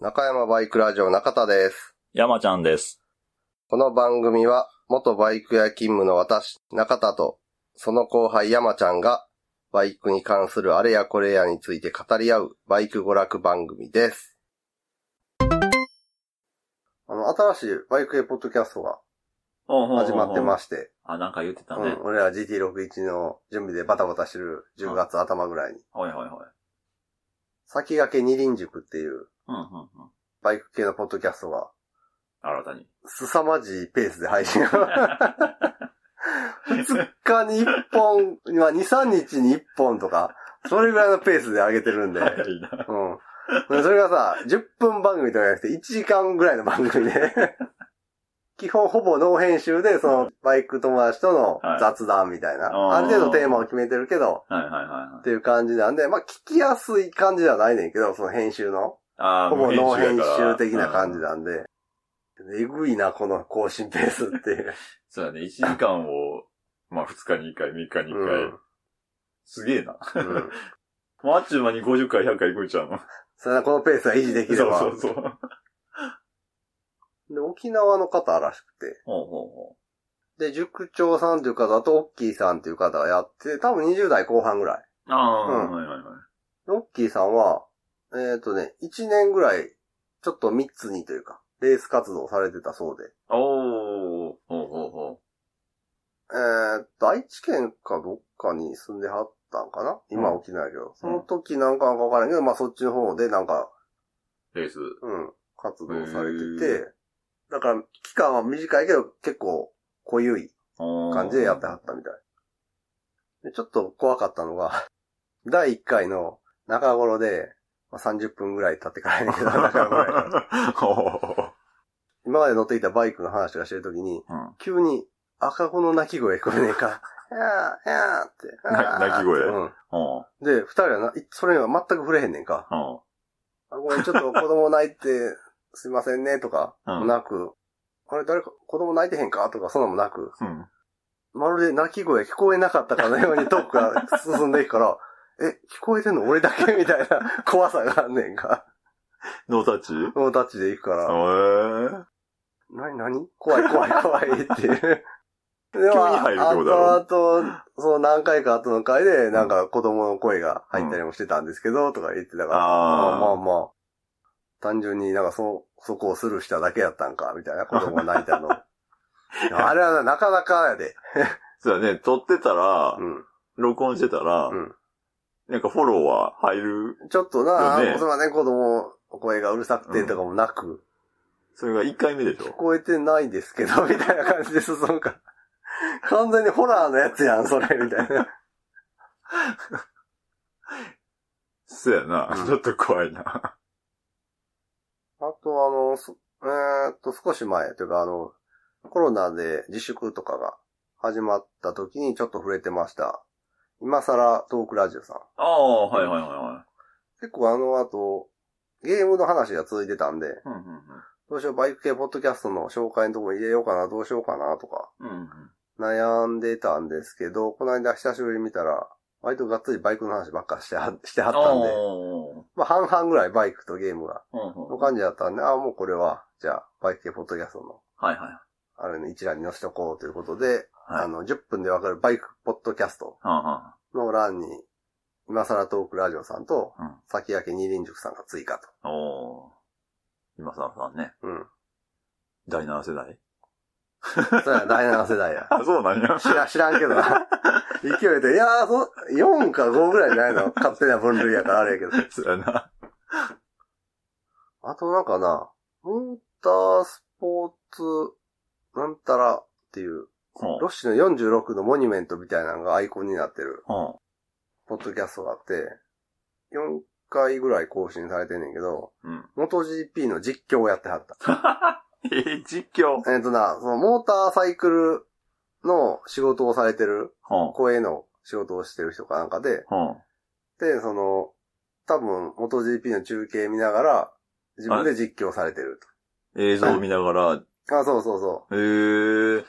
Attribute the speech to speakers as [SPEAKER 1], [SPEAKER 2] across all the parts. [SPEAKER 1] 中山バイクラジオ中田です。
[SPEAKER 2] 山ちゃんです。
[SPEAKER 1] この番組は、元バイク屋勤務の私、中田と、その後輩山ちゃんが、バイクに関するあれやこれやについて語り合う、バイク娯楽番組です。あの、新しいバイク系ポッドキャストが始
[SPEAKER 2] 始。
[SPEAKER 1] まってますして、
[SPEAKER 2] あ、なんか言ってた
[SPEAKER 1] う
[SPEAKER 2] ね
[SPEAKER 1] ん、。俺ら GT61 の準備でバタバタしてる10月頭ぐらいに、
[SPEAKER 2] はいはいはい。
[SPEAKER 1] 先駆け二輪塾っていう
[SPEAKER 2] うんうんうん。
[SPEAKER 1] バイク系のポッドキャストが、
[SPEAKER 2] 新たに。
[SPEAKER 1] 凄まじいペースで配信が。2日に1本、まあ2、3日に1本とか、それぐらいのペースで上げてるんで、
[SPEAKER 2] 早いな。
[SPEAKER 1] うん。それがさ、10分番組とかじゃなくて1時間ぐらいの番組で、基本ほぼノー編集で、そのバイク友達との雑談みたいな、
[SPEAKER 2] はい
[SPEAKER 1] ある程度テーマを決めてるけど、
[SPEAKER 2] はいはいはいは
[SPEAKER 1] っ
[SPEAKER 2] い。
[SPEAKER 1] ていう感じなんで、まあ聞きやすい感じではないねんけど、その編集の。
[SPEAKER 2] あ
[SPEAKER 1] ほぼノー編
[SPEAKER 2] やから
[SPEAKER 1] 集的な感じ
[SPEAKER 2] うん
[SPEAKER 1] なんで。えぐいな、この更新ペースって いう。
[SPEAKER 2] そうだね。1時間を、まあ2日に1回、3日に
[SPEAKER 1] う
[SPEAKER 2] 1回。
[SPEAKER 1] ん。
[SPEAKER 2] すげえな。
[SPEAKER 1] うん。
[SPEAKER 2] もうあっちゅう間に50回、100回いくんちゃうの。
[SPEAKER 1] それはこのペースは維持でき
[SPEAKER 2] そう
[SPEAKER 1] れば。
[SPEAKER 2] そうそう。ほう
[SPEAKER 1] で、沖縄の方らしく
[SPEAKER 2] ほうほ
[SPEAKER 1] て。で、塾長さんという方と、オッキーさんという方がやって、多分20代後半ぐらい。
[SPEAKER 2] う。ああ、
[SPEAKER 1] うん
[SPEAKER 2] はいはいはい。
[SPEAKER 1] でオッキーさんは、えっ、とね、1年ぐらい、ちょっと密にというか、レース活動されてたそうで。
[SPEAKER 2] おー、ほうほうほ
[SPEAKER 1] えーっと、愛知県かどっかに住んではったんかな今沖縄やけど。その時なんかわからんけど、まあそっちの方でなんか、
[SPEAKER 2] う。レース。
[SPEAKER 1] うん、活動され
[SPEAKER 2] へ
[SPEAKER 1] てて、だから期間は短いけど結構濃ゆい感じでやってはったみたい。でちょっと怖かったのが、第1回の中頃で、まあ、30分ぐらい経ってからやねん けど、中頃やから
[SPEAKER 2] ほうほうほう
[SPEAKER 1] 今まで乗っていたバイクの話とかしてるときに、
[SPEAKER 2] うん
[SPEAKER 1] 急に赤子の鳴き声聞こえねえ か。やー、やーって。
[SPEAKER 2] な鳴き声
[SPEAKER 1] うん。
[SPEAKER 2] ほう
[SPEAKER 1] で、二人はな、いそれには全く触れへんねんか。
[SPEAKER 2] ほう。
[SPEAKER 1] あ、ごめん、ちょっと子供泣いて、 すいませんね、とか、
[SPEAKER 2] うん
[SPEAKER 1] なく、あれ、誰か、子供泣いてへんかとか、そんなのもなく、
[SPEAKER 2] うん。
[SPEAKER 1] まるで泣き声聞こえなかったかのようにトークが 進んでいくから、え、聞こえてんの俺だけみたいな怖さがあんねんか。
[SPEAKER 2] ノータッチ
[SPEAKER 1] ノータッチで行くから。
[SPEAKER 2] へえ。
[SPEAKER 1] なになに怖い怖い怖いって いう。急に
[SPEAKER 2] 入るってことだろ
[SPEAKER 1] あと、あと、その何回か後の回で、なんか子供の声が入ったりもしてたんですけど、とか言ってたから、
[SPEAKER 2] あー
[SPEAKER 1] まあまあ、単純になんかそ、そこをスルーしただけやったんか、みたいな子供が泣いた の。あれはななかなかやで。
[SPEAKER 2] そうだね、撮ってたら
[SPEAKER 1] う、ん。
[SPEAKER 2] 録音してたら
[SPEAKER 1] う、ん。
[SPEAKER 2] なんかフォローは入る。
[SPEAKER 1] ちょっとな、
[SPEAKER 2] よね
[SPEAKER 1] すいません、子供の声がうるさくてとかもなく、
[SPEAKER 2] それが1回目でし
[SPEAKER 1] 聞
[SPEAKER 2] ょ
[SPEAKER 1] こえてないですけど、み たいな感じで進むから。完全にホラーのやつやん、それ、みたいな。
[SPEAKER 2] そうやな
[SPEAKER 1] う。ん
[SPEAKER 2] ちょっと怖いな。
[SPEAKER 1] あと、あの、すえーっと、少し前というか、あの、コロナで自粛とかが始まった時にちょっと触れてました。今更トークラジオさん。
[SPEAKER 2] ああ、はいはいはいは
[SPEAKER 1] 結構あの後、ゲームの話が続いてたんで、
[SPEAKER 2] い。うんうん
[SPEAKER 1] どうしよう、バイク系ポッドキャストの紹介のとこ入れようかな、どうしようかな、とか、
[SPEAKER 2] うん。うんうん
[SPEAKER 1] 悩んでたんですけど、この間久しぶりに見たら、割とがっつりバイクの話ばっかしては、 してはったんで、
[SPEAKER 2] お
[SPEAKER 1] まあ半々ぐらいバイクとゲームが、
[SPEAKER 2] ーうんう
[SPEAKER 1] の
[SPEAKER 2] ん
[SPEAKER 1] 感じだったんで、ああ、もうこれは、じゃあ、バイク系ポッドキャストの
[SPEAKER 2] はいはい。
[SPEAKER 1] あれの一覧に載せとこうということで、
[SPEAKER 2] はい
[SPEAKER 1] あの、10分でわかるバイクポッドキャスト
[SPEAKER 2] はんはん
[SPEAKER 1] の欄に、今更トークラジオさんと、
[SPEAKER 2] うん
[SPEAKER 1] 先駆け二輪塾さんが追加と。
[SPEAKER 2] おー今さらさんね、
[SPEAKER 1] うん。
[SPEAKER 2] 第7世代
[SPEAKER 1] それは第7世代や。
[SPEAKER 2] あ、そうなんや。
[SPEAKER 1] 知ら、知らんけどな。勢いで、いやー、そ、4か5ぐらいじゃないの勝手な分類やからあれやけど。
[SPEAKER 2] そうやな。
[SPEAKER 1] あとなんかな、モータースポーツ、なんたらっていう、
[SPEAKER 2] ほう
[SPEAKER 1] ロッシュの46のモニュメントみたいなのがアイコンになってる。
[SPEAKER 2] ほ
[SPEAKER 1] ポッドキャストがあって、4回ぐらい更新されてんねんけど、
[SPEAKER 2] ううん。
[SPEAKER 1] 元 GP の実況をやってはった。
[SPEAKER 2] えー、実況。
[SPEAKER 1] えっ、とな、そのモーターサイクルの仕事をされてる、
[SPEAKER 2] ほう
[SPEAKER 1] 声の仕事をしてる人かなんかで、
[SPEAKER 2] ほう
[SPEAKER 1] で、その、多分元 GP の中継見ながら、自分で実況されてる
[SPEAKER 2] 映像を見ながら、
[SPEAKER 1] と。あ、そうそうそ
[SPEAKER 2] えー、
[SPEAKER 1] う。だ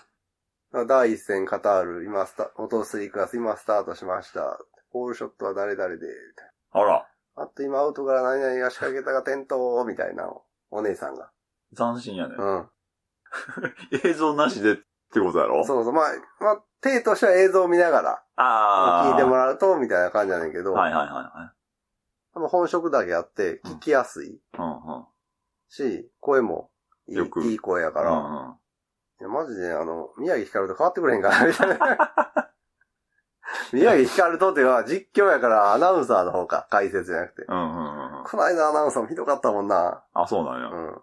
[SPEAKER 1] から第一戦カタール、今スタ、元3クラス今スタートしました。ホールショットは誰々で、みたいな
[SPEAKER 2] あら。
[SPEAKER 1] あと今アウトから何々が仕掛けたが点灯、みたいなのお姉さんが。
[SPEAKER 2] 斬新やね。
[SPEAKER 1] うん。
[SPEAKER 2] 映像なしでってことやろ
[SPEAKER 1] そうそう。まあ、まあ、手としては映像を見ながら、
[SPEAKER 2] ああ。
[SPEAKER 1] 聞いてもらうと、みたいな感じなんだけど、
[SPEAKER 2] はいはいはいは
[SPEAKER 1] でも本職だけあって、聞きやすい
[SPEAKER 2] い。うんうん。
[SPEAKER 1] し、声もいい
[SPEAKER 2] よく
[SPEAKER 1] いい声やか
[SPEAKER 2] う
[SPEAKER 1] ら、
[SPEAKER 2] んうん
[SPEAKER 1] いやマジで、あの、宮城光と変わってくれへんかな、みたいな。 宮城光とっていうのは実況やからアナウンサーの方か、解説じゃなくて。
[SPEAKER 2] うんうんうん。
[SPEAKER 1] この間アナウンサーもひどかったもんな。
[SPEAKER 2] あ、そうなんや。
[SPEAKER 1] うん。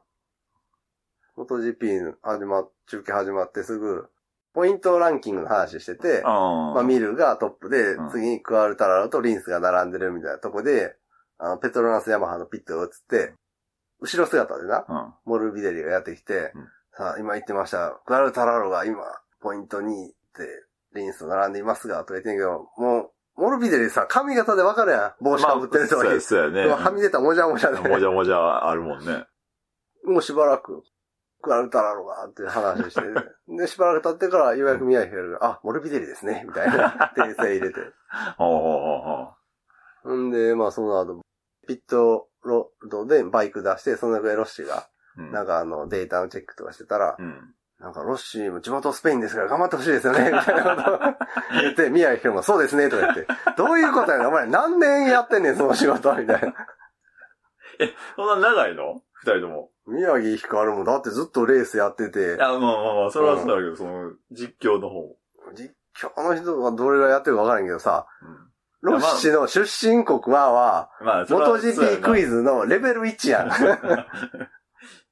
[SPEAKER 1] 元 GP 始ま、中継始まってすぐ、ポイントランキングの話してて、
[SPEAKER 2] あ
[SPEAKER 1] まあ、ミルがトップで
[SPEAKER 2] うん、
[SPEAKER 1] 次にクアルタララとリンスが並んでるみたいなとこで、あの、ペトロナスヤマハのピットが映って、後ろ姿でな、
[SPEAKER 2] うん。
[SPEAKER 1] モルビデリがやってきて、
[SPEAKER 2] うん
[SPEAKER 1] さあ、今言ってました、クアルタラロが今、ポイント2位で、リンスと並んでいますが、とか言ってんけど、もう、モルビデリさ、髪型でわかるやん。帽子かぶってると
[SPEAKER 2] まあ
[SPEAKER 1] か
[SPEAKER 2] そう
[SPEAKER 1] に
[SPEAKER 2] や、そうやね。
[SPEAKER 1] はみ出たもじゃもじゃで。
[SPEAKER 2] もじゃもじゃあるもんね。
[SPEAKER 1] もうしばらく、クアルタラロが、っていう話 をして、で、しばらく経ってから、ようやく宮城が、あ、モルビデリですね、みたい な、訂正入れて。
[SPEAKER 2] ほうほうほうほう。
[SPEAKER 1] んで、まあ、その後、ピットロードでバイク出して、その上ロッシーが、
[SPEAKER 2] うん
[SPEAKER 1] なんかあの、データのチェックとかしてたら、
[SPEAKER 2] うん。
[SPEAKER 1] なんか、ロッシーも地元スペインですから頑張ってほしいですよね、みたいなことを言って、 宮城君もそうですね、とか言って、どういうことやねん、お前何年やってんねん、その仕事、みたいな。
[SPEAKER 2] そんな長いの二人とも。
[SPEAKER 1] 宮城光も、だってずっとレースやってて
[SPEAKER 2] い、や、まあまあまあ、それはそうだけど、その、実況の方も。
[SPEAKER 1] 実況の人がどれぐらいやってるかわからんけどさ、
[SPEAKER 2] うん
[SPEAKER 1] ロッシーの出身国は、は、
[SPEAKER 2] まあ、それは
[SPEAKER 1] 元
[SPEAKER 2] そうや
[SPEAKER 1] GP
[SPEAKER 2] な
[SPEAKER 1] クイズのレベル1やん。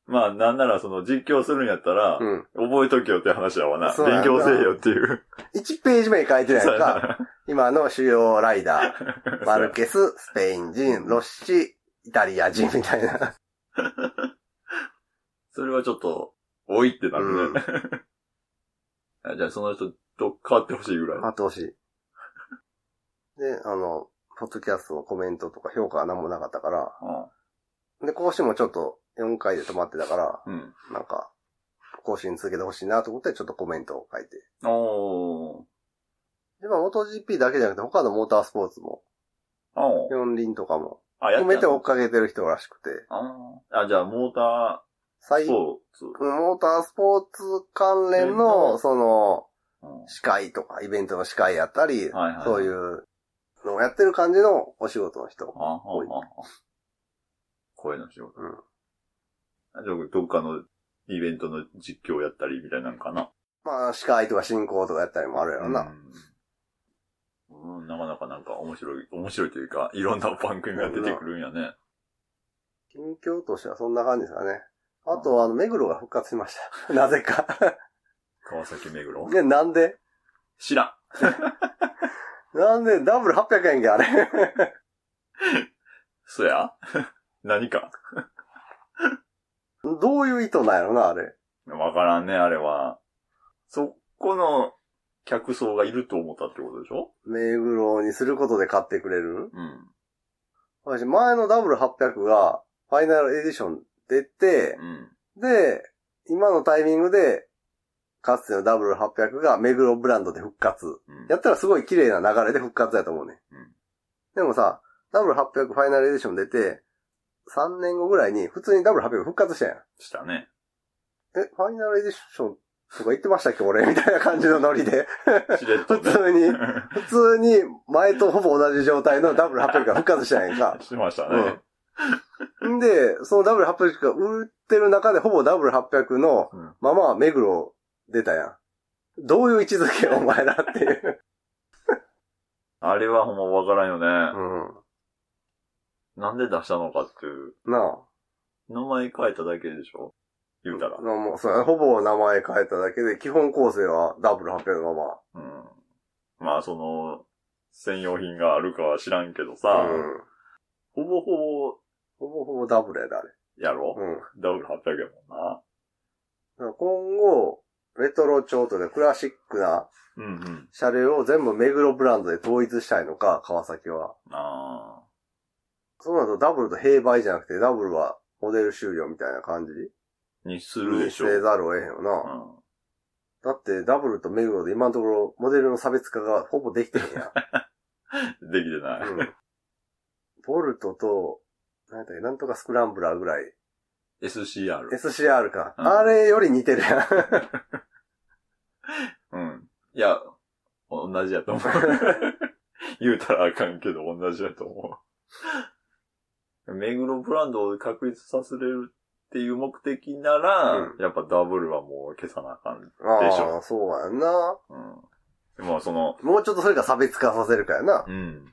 [SPEAKER 2] まあ、なんならその実況するんやったら、
[SPEAKER 1] うん。
[SPEAKER 2] 覚えとけよって話やわな。
[SPEAKER 1] そうやな
[SPEAKER 2] 勉強せえよっていう。
[SPEAKER 1] 1ページ目に書いてない
[SPEAKER 2] そ
[SPEAKER 1] の
[SPEAKER 2] うや
[SPEAKER 1] か、
[SPEAKER 2] な
[SPEAKER 1] 今の主要ライダー、マルケス、スペイン人、ロッシー、イタリア人みたいな。
[SPEAKER 2] それはちょっと、多いってなるね。 あじゃあ、その人と変わってほしいぐらい。
[SPEAKER 1] あってほしい。で、あの、ポッドキャストのコメントとか評価は何もなかったから、で、更新もちょっと4回で止まってたから、
[SPEAKER 2] うん。うん。
[SPEAKER 1] なんか、更新続けてほしいなと思って、ちょっとコメントを書いて。
[SPEAKER 2] おー。
[SPEAKER 1] で、まあ、元 GP だけじゃなくて、他のモータースポーツも、
[SPEAKER 2] おー。
[SPEAKER 1] 四輪とかも、
[SPEAKER 2] あ、やっ
[SPEAKER 1] 含
[SPEAKER 2] て
[SPEAKER 1] め
[SPEAKER 2] ん
[SPEAKER 1] て追
[SPEAKER 2] の
[SPEAKER 1] っかけてる人らしくて、
[SPEAKER 2] あーあ、じゃあ、モーター
[SPEAKER 1] 最
[SPEAKER 2] ス
[SPEAKER 1] 近、
[SPEAKER 2] ポーツ。
[SPEAKER 1] モータースポーツ関連
[SPEAKER 2] うん
[SPEAKER 1] の、その、
[SPEAKER 2] うん
[SPEAKER 1] 司会とか、イベントの司会やったり、
[SPEAKER 2] はいはい。。
[SPEAKER 1] そういううのをやってる感じのお仕事の人。
[SPEAKER 2] あははは声の仕事。
[SPEAKER 1] うん
[SPEAKER 2] あじゃあ、どっかのイベントの実況やったりみたいなのかな。
[SPEAKER 1] まあ、司会とか進行とかやったりもあるやろな。
[SPEAKER 2] うん。うん、なかなかなんか面白い、面白いというか、いろんな番組が出てくるんやね。
[SPEAKER 1] 近況としてはそんな感じですかね。あと、あの、目黒が復活しました。なぜか。
[SPEAKER 2] 川崎目黒。
[SPEAKER 1] ね、なんで
[SPEAKER 2] 知らん。
[SPEAKER 1] なんで、ダブル800円け、あれ。
[SPEAKER 2] そや 何か。
[SPEAKER 1] どういう意図なんやろな、あれ。
[SPEAKER 2] わからんね、あれは。そこの客層がいると思ったってことでしょ
[SPEAKER 1] 目黒にすることで買ってくれる
[SPEAKER 2] うん。
[SPEAKER 1] 私、前のダブル800が、ファイナルエディション出て
[SPEAKER 2] う、ん。
[SPEAKER 1] で、今のタイミングで、かつてのダブル800が目黒ブランドで復活。
[SPEAKER 2] うん。
[SPEAKER 1] やったらすごい綺麗な流れで復活やと思うね。
[SPEAKER 2] うん
[SPEAKER 1] でもさ、ダブル800ファイナルエディション出て、3年後ぐらいに普通にダブル800復活したやん。
[SPEAKER 2] したね。
[SPEAKER 1] え、ファイナルエディションとか言ってましたっけ俺み たいな感じのノリ で。
[SPEAKER 2] しれっと
[SPEAKER 1] 普
[SPEAKER 2] ね。。
[SPEAKER 1] 通に、普通に前とほぼ同じ状態のダブル800が復活したやんか
[SPEAKER 2] してました
[SPEAKER 1] う
[SPEAKER 2] ね
[SPEAKER 1] ん。んで、そのダブル800が売ってる中でほぼダブル800の
[SPEAKER 2] うん
[SPEAKER 1] まま目黒出たやん。どういう位置づけお前らっていう。
[SPEAKER 2] あれはほんまわからんよね。
[SPEAKER 1] う
[SPEAKER 2] なんで出したのかっていう。
[SPEAKER 1] ん。なあ。
[SPEAKER 2] 名前変えただけでしょ言うたら。
[SPEAKER 1] まあもうそうほぼ名前変えただけで、基本構成はダブル800のまま。
[SPEAKER 2] うん。まあ、その、専用品があるかは知らんけどさ、
[SPEAKER 1] うん。
[SPEAKER 2] ほぼほぼ、
[SPEAKER 1] ほぼほぼダブルやで、あれ。
[SPEAKER 2] やろ、
[SPEAKER 1] うん。だ
[SPEAKER 2] ダブル800やもんな。
[SPEAKER 1] から今後、レトロ調とでクラシックな
[SPEAKER 2] うんうん。
[SPEAKER 1] 車両を全部目黒ブランドで統一したいのか、川崎は。
[SPEAKER 2] あ
[SPEAKER 1] そうなるとダブルと併売じゃなくて、ダブルはモデル終了みたいな感じ
[SPEAKER 2] あ。にするでしょ。
[SPEAKER 1] せざるを得へんよ
[SPEAKER 2] う
[SPEAKER 1] な。
[SPEAKER 2] ん。
[SPEAKER 1] だってダブルと目黒で今のとこ ろモデルの差別化がほぼできてへんやん。
[SPEAKER 2] できてない。
[SPEAKER 1] うんボルトと、なんやったっけ、なんとかスクランブラーぐらい。
[SPEAKER 2] SCR。
[SPEAKER 1] SCR か。
[SPEAKER 2] うん
[SPEAKER 1] あれより似てる やん。
[SPEAKER 2] うん。いや、同じや と思う。言うたらあかんけど、同じやと思う。目黒ブランドを確立させれるっていう目的なら、
[SPEAKER 1] うん
[SPEAKER 2] やっぱダブルはもう消さなあかん。でし
[SPEAKER 1] あ
[SPEAKER 2] ょ
[SPEAKER 1] あ、そうやんな。
[SPEAKER 2] うん。まあその、
[SPEAKER 1] もうちょっとそれが差別化させるかやな。
[SPEAKER 2] うん。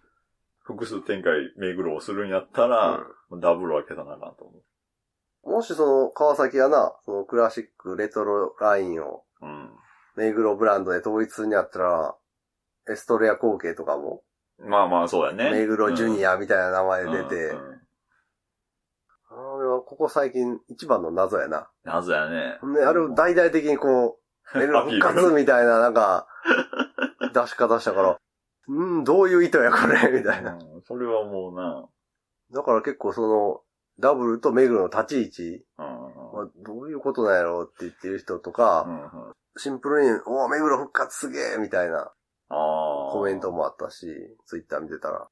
[SPEAKER 2] 複数展開目黒をするんやったら、ダブルは消さなあかんと思う。
[SPEAKER 1] もしその、川崎がな、そのクラシック、レトロラインを、
[SPEAKER 2] う
[SPEAKER 1] 目黒ブランドで統一するんやったら、エストレア後継とかも、
[SPEAKER 2] ん。まあまあそうやね。
[SPEAKER 1] 目黒ジュニアみたいな名前で出て、
[SPEAKER 2] うんうんうん
[SPEAKER 1] あれはここ最近一番の謎やな。
[SPEAKER 2] 謎やね。
[SPEAKER 1] ね、あれを大々的にこ う、目黒復活みたいな、なんか、出し方したから、うん、どういう意図やこれ、みたいな。
[SPEAKER 2] うんそれはもうな。
[SPEAKER 1] だから結構その、ダブルと目黒の立ち位置
[SPEAKER 2] うんうんうん
[SPEAKER 1] はどういうことなんやろうって言ってる人とか、
[SPEAKER 2] うんうん
[SPEAKER 1] シンプルに、おー目黒復活すげえみたいな
[SPEAKER 2] ああ。
[SPEAKER 1] コメントもあったし、ツイッター見てたら。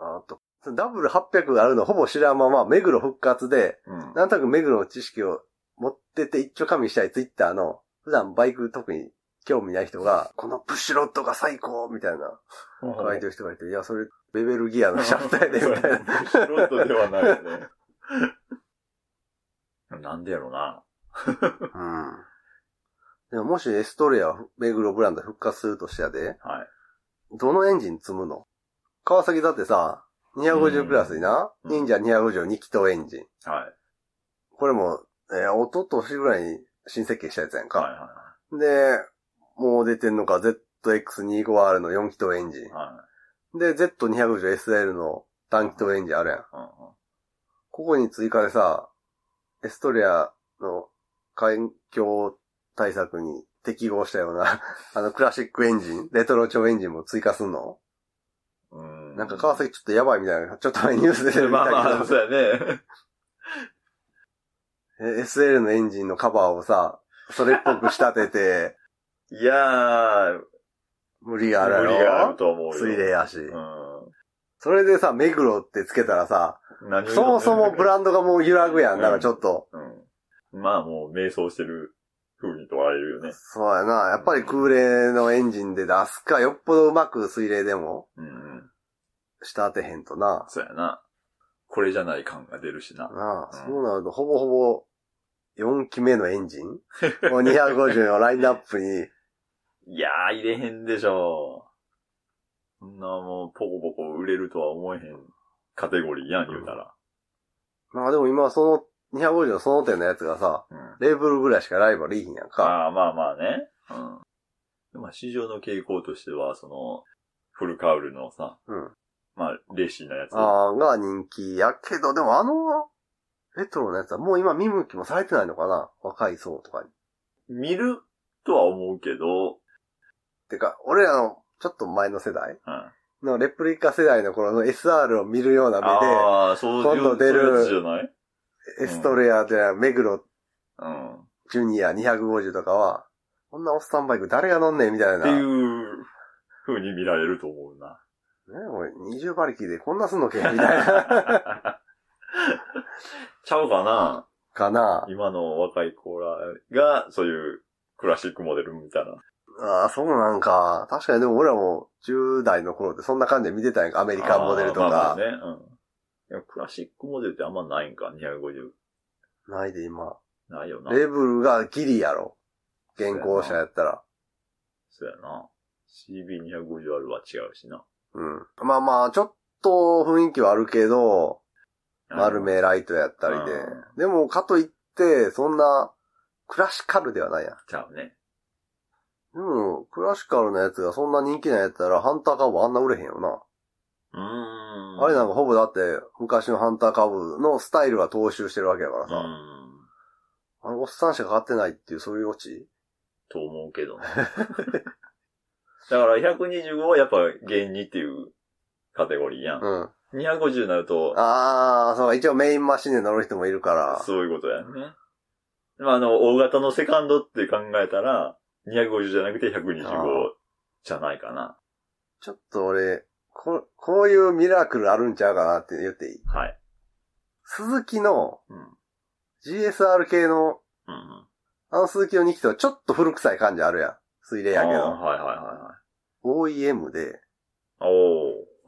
[SPEAKER 1] あと、ダブル800があるのほぼ知らんまま、目黒復活で、
[SPEAKER 2] うん。
[SPEAKER 1] なんとなく目黒の知識を持ってて一丁加味したいツイッターの、普段バイク特に興味ない人が、このプッシュロットが最高みたいな書いてる人がいて、いや、それ、ベベルギアのシャフトやで、みたいな。
[SPEAKER 2] 素人では ないよね。なんでやろな。
[SPEAKER 1] うん。でももしエストレア、目黒ブランド復活するとしたらで、
[SPEAKER 2] はい。
[SPEAKER 1] どのエンジン積むの川崎だってさ、250クラスにな、
[SPEAKER 2] う
[SPEAKER 1] 忍
[SPEAKER 2] ん
[SPEAKER 1] 者250を2気筒エンジン。
[SPEAKER 2] はい。
[SPEAKER 1] これも、えー、おととしぐらいに新設計したやつやん
[SPEAKER 2] はい
[SPEAKER 1] か。
[SPEAKER 2] は
[SPEAKER 1] で、もう出てんのか ZX25R の4気筒エンジ
[SPEAKER 2] い。は
[SPEAKER 1] ン。で、Z250SL の単気筒エンジンあるやん。
[SPEAKER 2] い。うんうん
[SPEAKER 1] ここに追加でさ、エストレアの環境対策に適合したような、 あのクラシックエンジン、レトロ調エンジンも追加すんの
[SPEAKER 2] うん
[SPEAKER 1] なんか川崎ちょっとやばいみたいな、ちょっと前ニュースで出てみた
[SPEAKER 2] ま
[SPEAKER 1] け
[SPEAKER 2] あ
[SPEAKER 1] ど、
[SPEAKER 2] まあ、そうやね。
[SPEAKER 1] え SL のエンジンのカバーをさ、それっぽく仕立てて、
[SPEAKER 2] いやー、
[SPEAKER 1] 無理があるや
[SPEAKER 2] 無
[SPEAKER 1] ろ
[SPEAKER 2] 理があると思うよ。
[SPEAKER 1] ついでやし。
[SPEAKER 2] う
[SPEAKER 1] それでさ、メグロってつけたらさ、
[SPEAKER 2] ん。何を言う
[SPEAKER 1] そ
[SPEAKER 2] の
[SPEAKER 1] もそもブランドがもう揺らぐや。
[SPEAKER 2] うんん
[SPEAKER 1] だからちょっと、
[SPEAKER 2] うん。まあもう、迷走してる風にとられるよね。
[SPEAKER 1] そうやな。やっぱり空冷のエンジンで出すか、よっぽどうまく水冷でも
[SPEAKER 2] うんうん。
[SPEAKER 1] 仕立てへんとな。
[SPEAKER 2] そうやな。これじゃない感が出るしな。
[SPEAKER 1] なあ、
[SPEAKER 2] うん
[SPEAKER 1] そうなると、ほぼほぼ、4期目のエンジン もう ?250 のラインナップに、
[SPEAKER 2] いやー、入れへんでしょう。そんなもう、ポコポコ売れるとは思えへんカテゴリーやん、言うたら。
[SPEAKER 1] まあでも今その、250のその点のやつがさ、
[SPEAKER 2] うん。
[SPEAKER 1] レーブルぐらいしかライバルいいひんやんか。
[SPEAKER 2] まあまあまあね。うん。でまあ、市場の傾向としては、その、フルカウルのさ、
[SPEAKER 1] うん。
[SPEAKER 2] まあ、レーシーなやつ。
[SPEAKER 1] あーが人気やけど、でもあの、レトロのやつはもう今見向きもされてないのかな若い層とかに。
[SPEAKER 2] 見るとは思うけど、
[SPEAKER 1] てか、俺らのちょっと前の世代
[SPEAKER 2] うん。
[SPEAKER 1] のレプリカ世代の頃の SR を見るような目
[SPEAKER 2] ああ、そう
[SPEAKER 1] 今度出る
[SPEAKER 2] そういうやつじゃない
[SPEAKER 1] で、エストレアでメグロ
[SPEAKER 2] うん。っ
[SPEAKER 1] ジュニア250とかは、こんなおっさんバイク誰が乗んねんみたいな。
[SPEAKER 2] てい
[SPEAKER 1] ね、
[SPEAKER 2] う風に見られると思う な。
[SPEAKER 1] 俺20馬力でこんなすんのけみたいな。
[SPEAKER 2] ちゃうかな
[SPEAKER 1] か な
[SPEAKER 2] 今の若い子らが、そういうクラシックモデルみたいな。
[SPEAKER 1] ああ、そうなんか。確かにでも俺らも10代の頃ってそんな感じで見てたんやんか。アメリカンモデルとか。
[SPEAKER 2] あーまあまあね。うんいや。クラシックモデルってあんまないんか、250。
[SPEAKER 1] ないで今。
[SPEAKER 2] ないよな。
[SPEAKER 1] レブルがギリやろ。現行車やったら。
[SPEAKER 2] そうやな。CB250R は違うしな。
[SPEAKER 1] うん。まあまあ、ちょっと雰囲気はあるけど、丸めライトやったりで
[SPEAKER 2] う。
[SPEAKER 1] でも、かといって、そんな、クラシカルではないやん。
[SPEAKER 2] ちゃうね。
[SPEAKER 1] でも、クラシカルのやつがそんな人気なんやったら、ハンターカブあんな売れへんよな。
[SPEAKER 2] うーん。
[SPEAKER 1] あれなんかほぼだって、昔のハンターカブのスタイルが踏襲してるわけやから
[SPEAKER 2] う
[SPEAKER 1] さ、
[SPEAKER 2] ん。
[SPEAKER 1] あのおっさんしか買ってないっていう、そういうオチ
[SPEAKER 2] と思うけどね。 だから125はやっぱ原2っていうカテゴリーやん。
[SPEAKER 1] うん。
[SPEAKER 2] 250になると、
[SPEAKER 1] あー、そうか、一応メインマシンで乗る人もいるから。
[SPEAKER 2] そういうことやね。まあ、あの、大型のセカンドって考えたら、250じゃなくて125じゃないかな。
[SPEAKER 1] ちょっと俺、こ、こういうミラクルあるんちゃうかなって言っていい
[SPEAKER 2] はい。
[SPEAKER 1] 鈴木の
[SPEAKER 2] うん。うん
[SPEAKER 1] GSR 系の、
[SPEAKER 2] うん。
[SPEAKER 1] あの鈴木の2機とはちょっと古臭い感じあるやん。水冷やけ
[SPEAKER 2] あー
[SPEAKER 1] ど。
[SPEAKER 2] はいはいはいはい。
[SPEAKER 1] OEM で、
[SPEAKER 2] おー。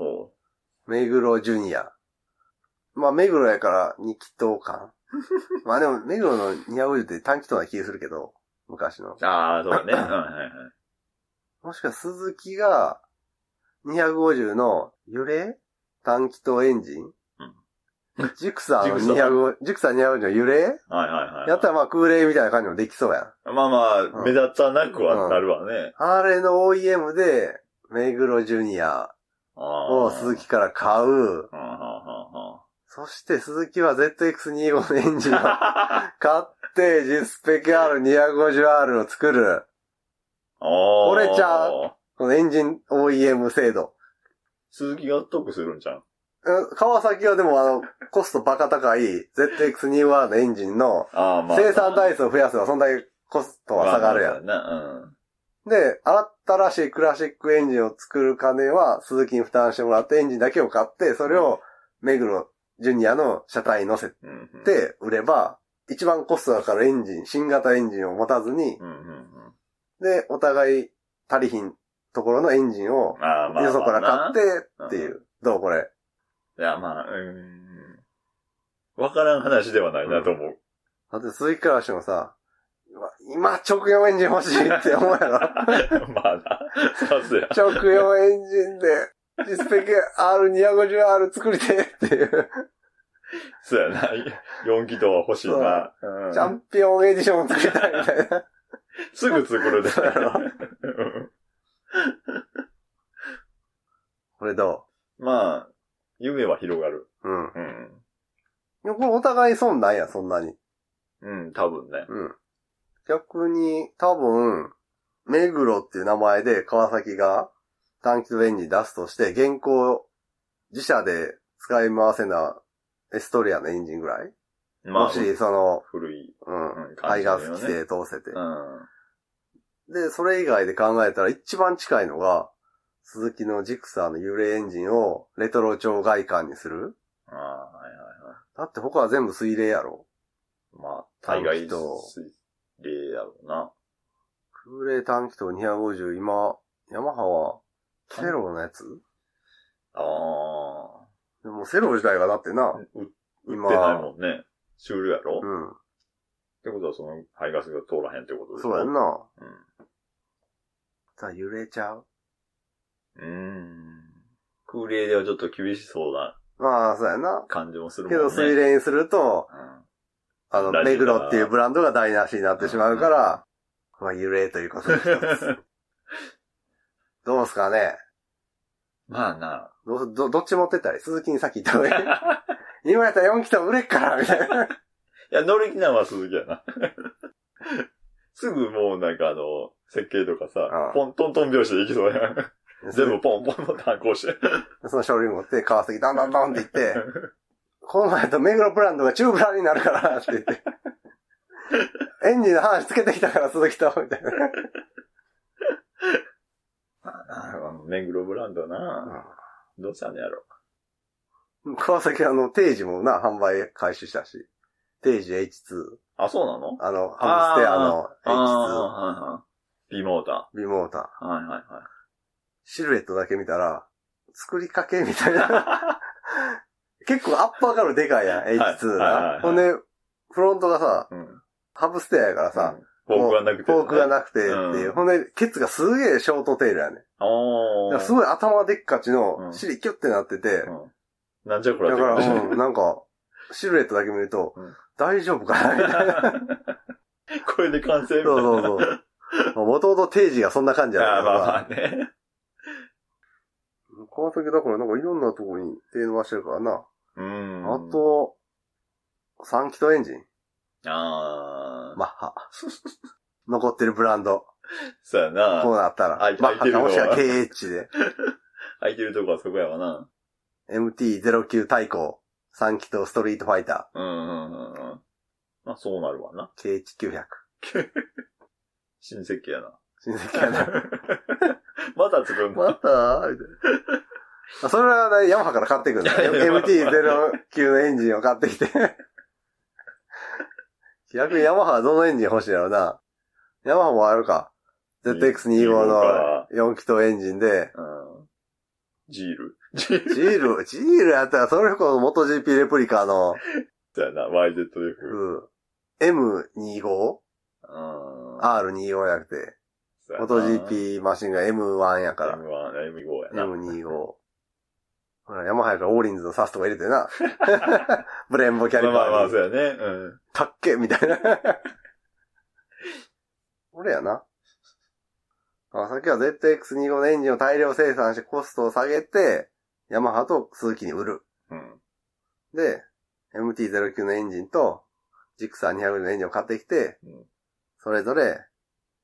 [SPEAKER 2] お
[SPEAKER 1] 目黒ジュニア。まあ、目黒やから2気筒感。まあでも、目黒の250って短気筒な気するけど、昔の。
[SPEAKER 2] ー。ああ、そう だね。うんはいはい。
[SPEAKER 1] もしかしたら鈴木が、250の揺れ短気筒エンジンジクサーの
[SPEAKER 2] ジクサ
[SPEAKER 1] 250、ジクサー250の揺れ
[SPEAKER 2] はいはいはい。
[SPEAKER 1] やったらまあ空冷みたいな感じもできそうやん。
[SPEAKER 2] まあま
[SPEAKER 1] う
[SPEAKER 2] あ、
[SPEAKER 1] ん
[SPEAKER 2] 目立たなくはなるわね。
[SPEAKER 1] あれの OEM で、目黒ジュニア
[SPEAKER 2] あ
[SPEAKER 1] を
[SPEAKER 2] あ。
[SPEAKER 1] 鈴木から買う。
[SPEAKER 2] うん。うんうんうん
[SPEAKER 1] そして鈴木は ZX25 のエンジンを
[SPEAKER 2] あ
[SPEAKER 1] 買って、ジスペキ R250R を作る。
[SPEAKER 2] ー。こ
[SPEAKER 1] れちゃうこのエンジン OEM 制度。
[SPEAKER 2] 鈴木が得するんじゃん。
[SPEAKER 1] うん川崎はでもあの、コストバカ高い ZX25R のエンジンの
[SPEAKER 2] ああ、まあ。
[SPEAKER 1] 生産台数を増やせばそんだけコストは下がるやん。
[SPEAKER 2] まあまあそうやなうん。
[SPEAKER 1] で、新しいクラシックエンジンを作る金は鈴木に負担してもらってエンジンだけを買って、それを目黒ジュニアの車体に乗せ
[SPEAKER 2] うんうん、
[SPEAKER 1] て売れば、一番コストだからエンジン、新型エンジンを持たずに、
[SPEAKER 2] うんうんうん。
[SPEAKER 1] で、お互い足りひんところのエンジンを
[SPEAKER 2] ああ、まあ。
[SPEAKER 1] よそから
[SPEAKER 2] っ
[SPEAKER 1] 買ってっていう。どうこれ。
[SPEAKER 2] て。いや、まあ、うーん。わからん話ではないなと思う。
[SPEAKER 1] だって鈴木からしてもさ、今今直用エンジン欲しいって思うやろ。
[SPEAKER 2] まあな。さすや。
[SPEAKER 1] 直用エンジンで、ディスペク R250R 作りてえっていう。
[SPEAKER 2] そうやな。4気筒は欲しいな。うん
[SPEAKER 1] チャンピオンエディションをつけたいみたいな。
[SPEAKER 2] すぐ作るで。
[SPEAKER 1] そうやろ
[SPEAKER 2] うん
[SPEAKER 1] これど
[SPEAKER 2] まあ、夢は広がる。
[SPEAKER 1] ううん。
[SPEAKER 2] うん。
[SPEAKER 1] でもこれお互い損ないや、そんなに。
[SPEAKER 2] うん、多分ね。
[SPEAKER 1] うん。逆に、多分、目黒っていう名前で川崎が短期とエンジン出すとして、現行、自社で使い回せなエストリアのエンジンぐらい、
[SPEAKER 2] まあ、
[SPEAKER 1] もし、その、
[SPEAKER 2] 古い。
[SPEAKER 1] うん、
[SPEAKER 2] うん
[SPEAKER 1] タイガース
[SPEAKER 2] 感
[SPEAKER 1] 規
[SPEAKER 2] じだよね
[SPEAKER 1] 制通せて
[SPEAKER 2] う、ん。
[SPEAKER 1] で、それ以外で考えたら一番近いのが、鈴木のジクサーの幽霊エンジンをレトロ超外観にする
[SPEAKER 2] ああ、はいはいは
[SPEAKER 1] だって他は全部水冷やろ
[SPEAKER 2] い。まあ、大概
[SPEAKER 1] 短気筒、
[SPEAKER 2] 例やろうな。
[SPEAKER 1] 空冷短気筒250、今、ヤマハは、セロのやつ
[SPEAKER 2] あ
[SPEAKER 1] でもセロ自体がだってな
[SPEAKER 2] あ。、う、売
[SPEAKER 1] 今
[SPEAKER 2] ってないもんね。終了やろ、っ
[SPEAKER 1] うん。
[SPEAKER 2] てことは、その、排ガスが通らへんってことでしょ
[SPEAKER 1] そうやん。な。
[SPEAKER 2] うん。
[SPEAKER 1] さあ、揺れちゃう
[SPEAKER 2] うーん。空冷ではちょっと厳しそうな
[SPEAKER 1] まあ、そうやな。
[SPEAKER 2] 感じもする
[SPEAKER 1] け
[SPEAKER 2] もん
[SPEAKER 1] ど、
[SPEAKER 2] ね。
[SPEAKER 1] 水冷にすると、
[SPEAKER 2] う
[SPEAKER 1] あの、
[SPEAKER 2] ラジ
[SPEAKER 1] 目
[SPEAKER 2] オだな
[SPEAKER 1] 黒っていうブランドが台無しになってしまうから、まあ、揺れということで一つ。
[SPEAKER 2] ん。
[SPEAKER 1] どうすかね
[SPEAKER 2] まあな。
[SPEAKER 1] ど う、ど、どっち持ってったり鈴木にさっき言った方がい い今やったら4機と売れっからみたい な。
[SPEAKER 2] いや、乗り気なのは鈴木やな。 すぐもうなんかあの、設計とか
[SPEAKER 1] あ
[SPEAKER 2] さ
[SPEAKER 1] あ、
[SPEAKER 2] ポン、トントン拍子でいきそうや ん。全部ポンポンポンって反抗して。
[SPEAKER 1] その書類持って、川崎、どんどんどんって言って、 この前と目黒ブランドがチューブランになるからって言 って。エンジンの話つけてきたから、鈴木と、みたいな。
[SPEAKER 2] あの目黒ブランドな。どうしたんやろ。
[SPEAKER 1] 川崎あの、定時もな、販売開始したし。定時 H2。
[SPEAKER 2] あ、そうなの
[SPEAKER 1] あの、ハムステアの H2。
[SPEAKER 2] はいはい。B モータ
[SPEAKER 1] ビモーター。
[SPEAKER 2] ー。はいはいはい。
[SPEAKER 1] シルエットだけ見たら、作りかけみたいな。 結構アッパーからでかいやん、H2
[SPEAKER 2] はいはいはいは
[SPEAKER 1] が。
[SPEAKER 2] い
[SPEAKER 1] ほんで、フロントがさ、
[SPEAKER 2] うん。
[SPEAKER 1] ハブステアやからさ、
[SPEAKER 2] うん、フォークがなくて。
[SPEAKER 1] フォークが
[SPEAKER 2] く
[SPEAKER 1] なくてっ
[SPEAKER 2] て。
[SPEAKER 1] ていう。
[SPEAKER 2] うん
[SPEAKER 1] ほんで、ケツがすげえショートテールやね。だ
[SPEAKER 2] お
[SPEAKER 1] から
[SPEAKER 2] ー。
[SPEAKER 1] すごい頭でっかち
[SPEAKER 2] う
[SPEAKER 1] の、
[SPEAKER 2] ん
[SPEAKER 1] 尻キュッてなってて、
[SPEAKER 2] うんなんじゃこれ
[SPEAKER 1] だから、
[SPEAKER 2] って
[SPEAKER 1] うん、なんか、シルエットだけ見ると
[SPEAKER 2] うん、
[SPEAKER 1] 大丈夫かなみ たいな。
[SPEAKER 2] 感じ これで完成みたいな。
[SPEAKER 1] そうそうそう。もともと定時がそんな感じや
[SPEAKER 2] あ
[SPEAKER 1] か
[SPEAKER 2] あ、ま
[SPEAKER 1] ら
[SPEAKER 2] あまあね。
[SPEAKER 1] 川崎だからなんかいろんなとこに手伸ばしてるからな。
[SPEAKER 2] うん。
[SPEAKER 1] あ、と、三気筒エンジン
[SPEAKER 2] ああ、
[SPEAKER 1] マッ ハ。残ってるブランド。
[SPEAKER 2] そうや
[SPEAKER 1] こう
[SPEAKER 2] な。
[SPEAKER 1] なったら。
[SPEAKER 2] あい
[SPEAKER 1] マッハ
[SPEAKER 2] 空いてる
[SPEAKER 1] か
[SPEAKER 2] のは
[SPEAKER 1] もしくは KH で。
[SPEAKER 2] 空いてるとこはそこやわな。
[SPEAKER 1] MT-09 対抗。三気筒ストリートファイタ
[SPEAKER 2] うんうんうんうん。まあそうなるわな。
[SPEAKER 1] ー。KH900。
[SPEAKER 2] 新設計やな。
[SPEAKER 1] 親戚やな。
[SPEAKER 2] また作るんだ。
[SPEAKER 1] またみたいな。あそれは、ね、ヤマハから買ってくんだ。
[SPEAKER 2] いや
[SPEAKER 1] MT-09 のエンジンを買って きて。逆にヤマハはどのエンジン欲しいだろうな。ヤマハもあるか。ZX25 の4気筒エンジンで。
[SPEAKER 2] うん。ジール。ジール
[SPEAKER 1] ジール、ジールやったら、それこそ元 GP レプリカの、
[SPEAKER 2] だよな、YZF。うん。
[SPEAKER 1] うん M25?R25
[SPEAKER 2] あ、
[SPEAKER 1] じゃなくて。元 GP マシンが M1 や
[SPEAKER 2] か。
[SPEAKER 1] からら。
[SPEAKER 2] M1、M5 やな。
[SPEAKER 1] M25。ほら、ヤマハやからオーリンズのサスとか入れて な。ブレンボキャリ
[SPEAKER 2] ま
[SPEAKER 1] パ
[SPEAKER 2] あまあま
[SPEAKER 1] ー
[SPEAKER 2] あ、
[SPEAKER 1] に
[SPEAKER 2] そ。うやね。うん。
[SPEAKER 1] たっけみたいな。俺やな。あさっきは ZX25 のエンジンを大量生産してコストを下げて、ヤマハとスズキに売る。
[SPEAKER 2] うん。
[SPEAKER 1] で、MT-09 のエンジンと、ジクサー250のエンジンを買ってきて、
[SPEAKER 2] うん
[SPEAKER 1] それぞれ、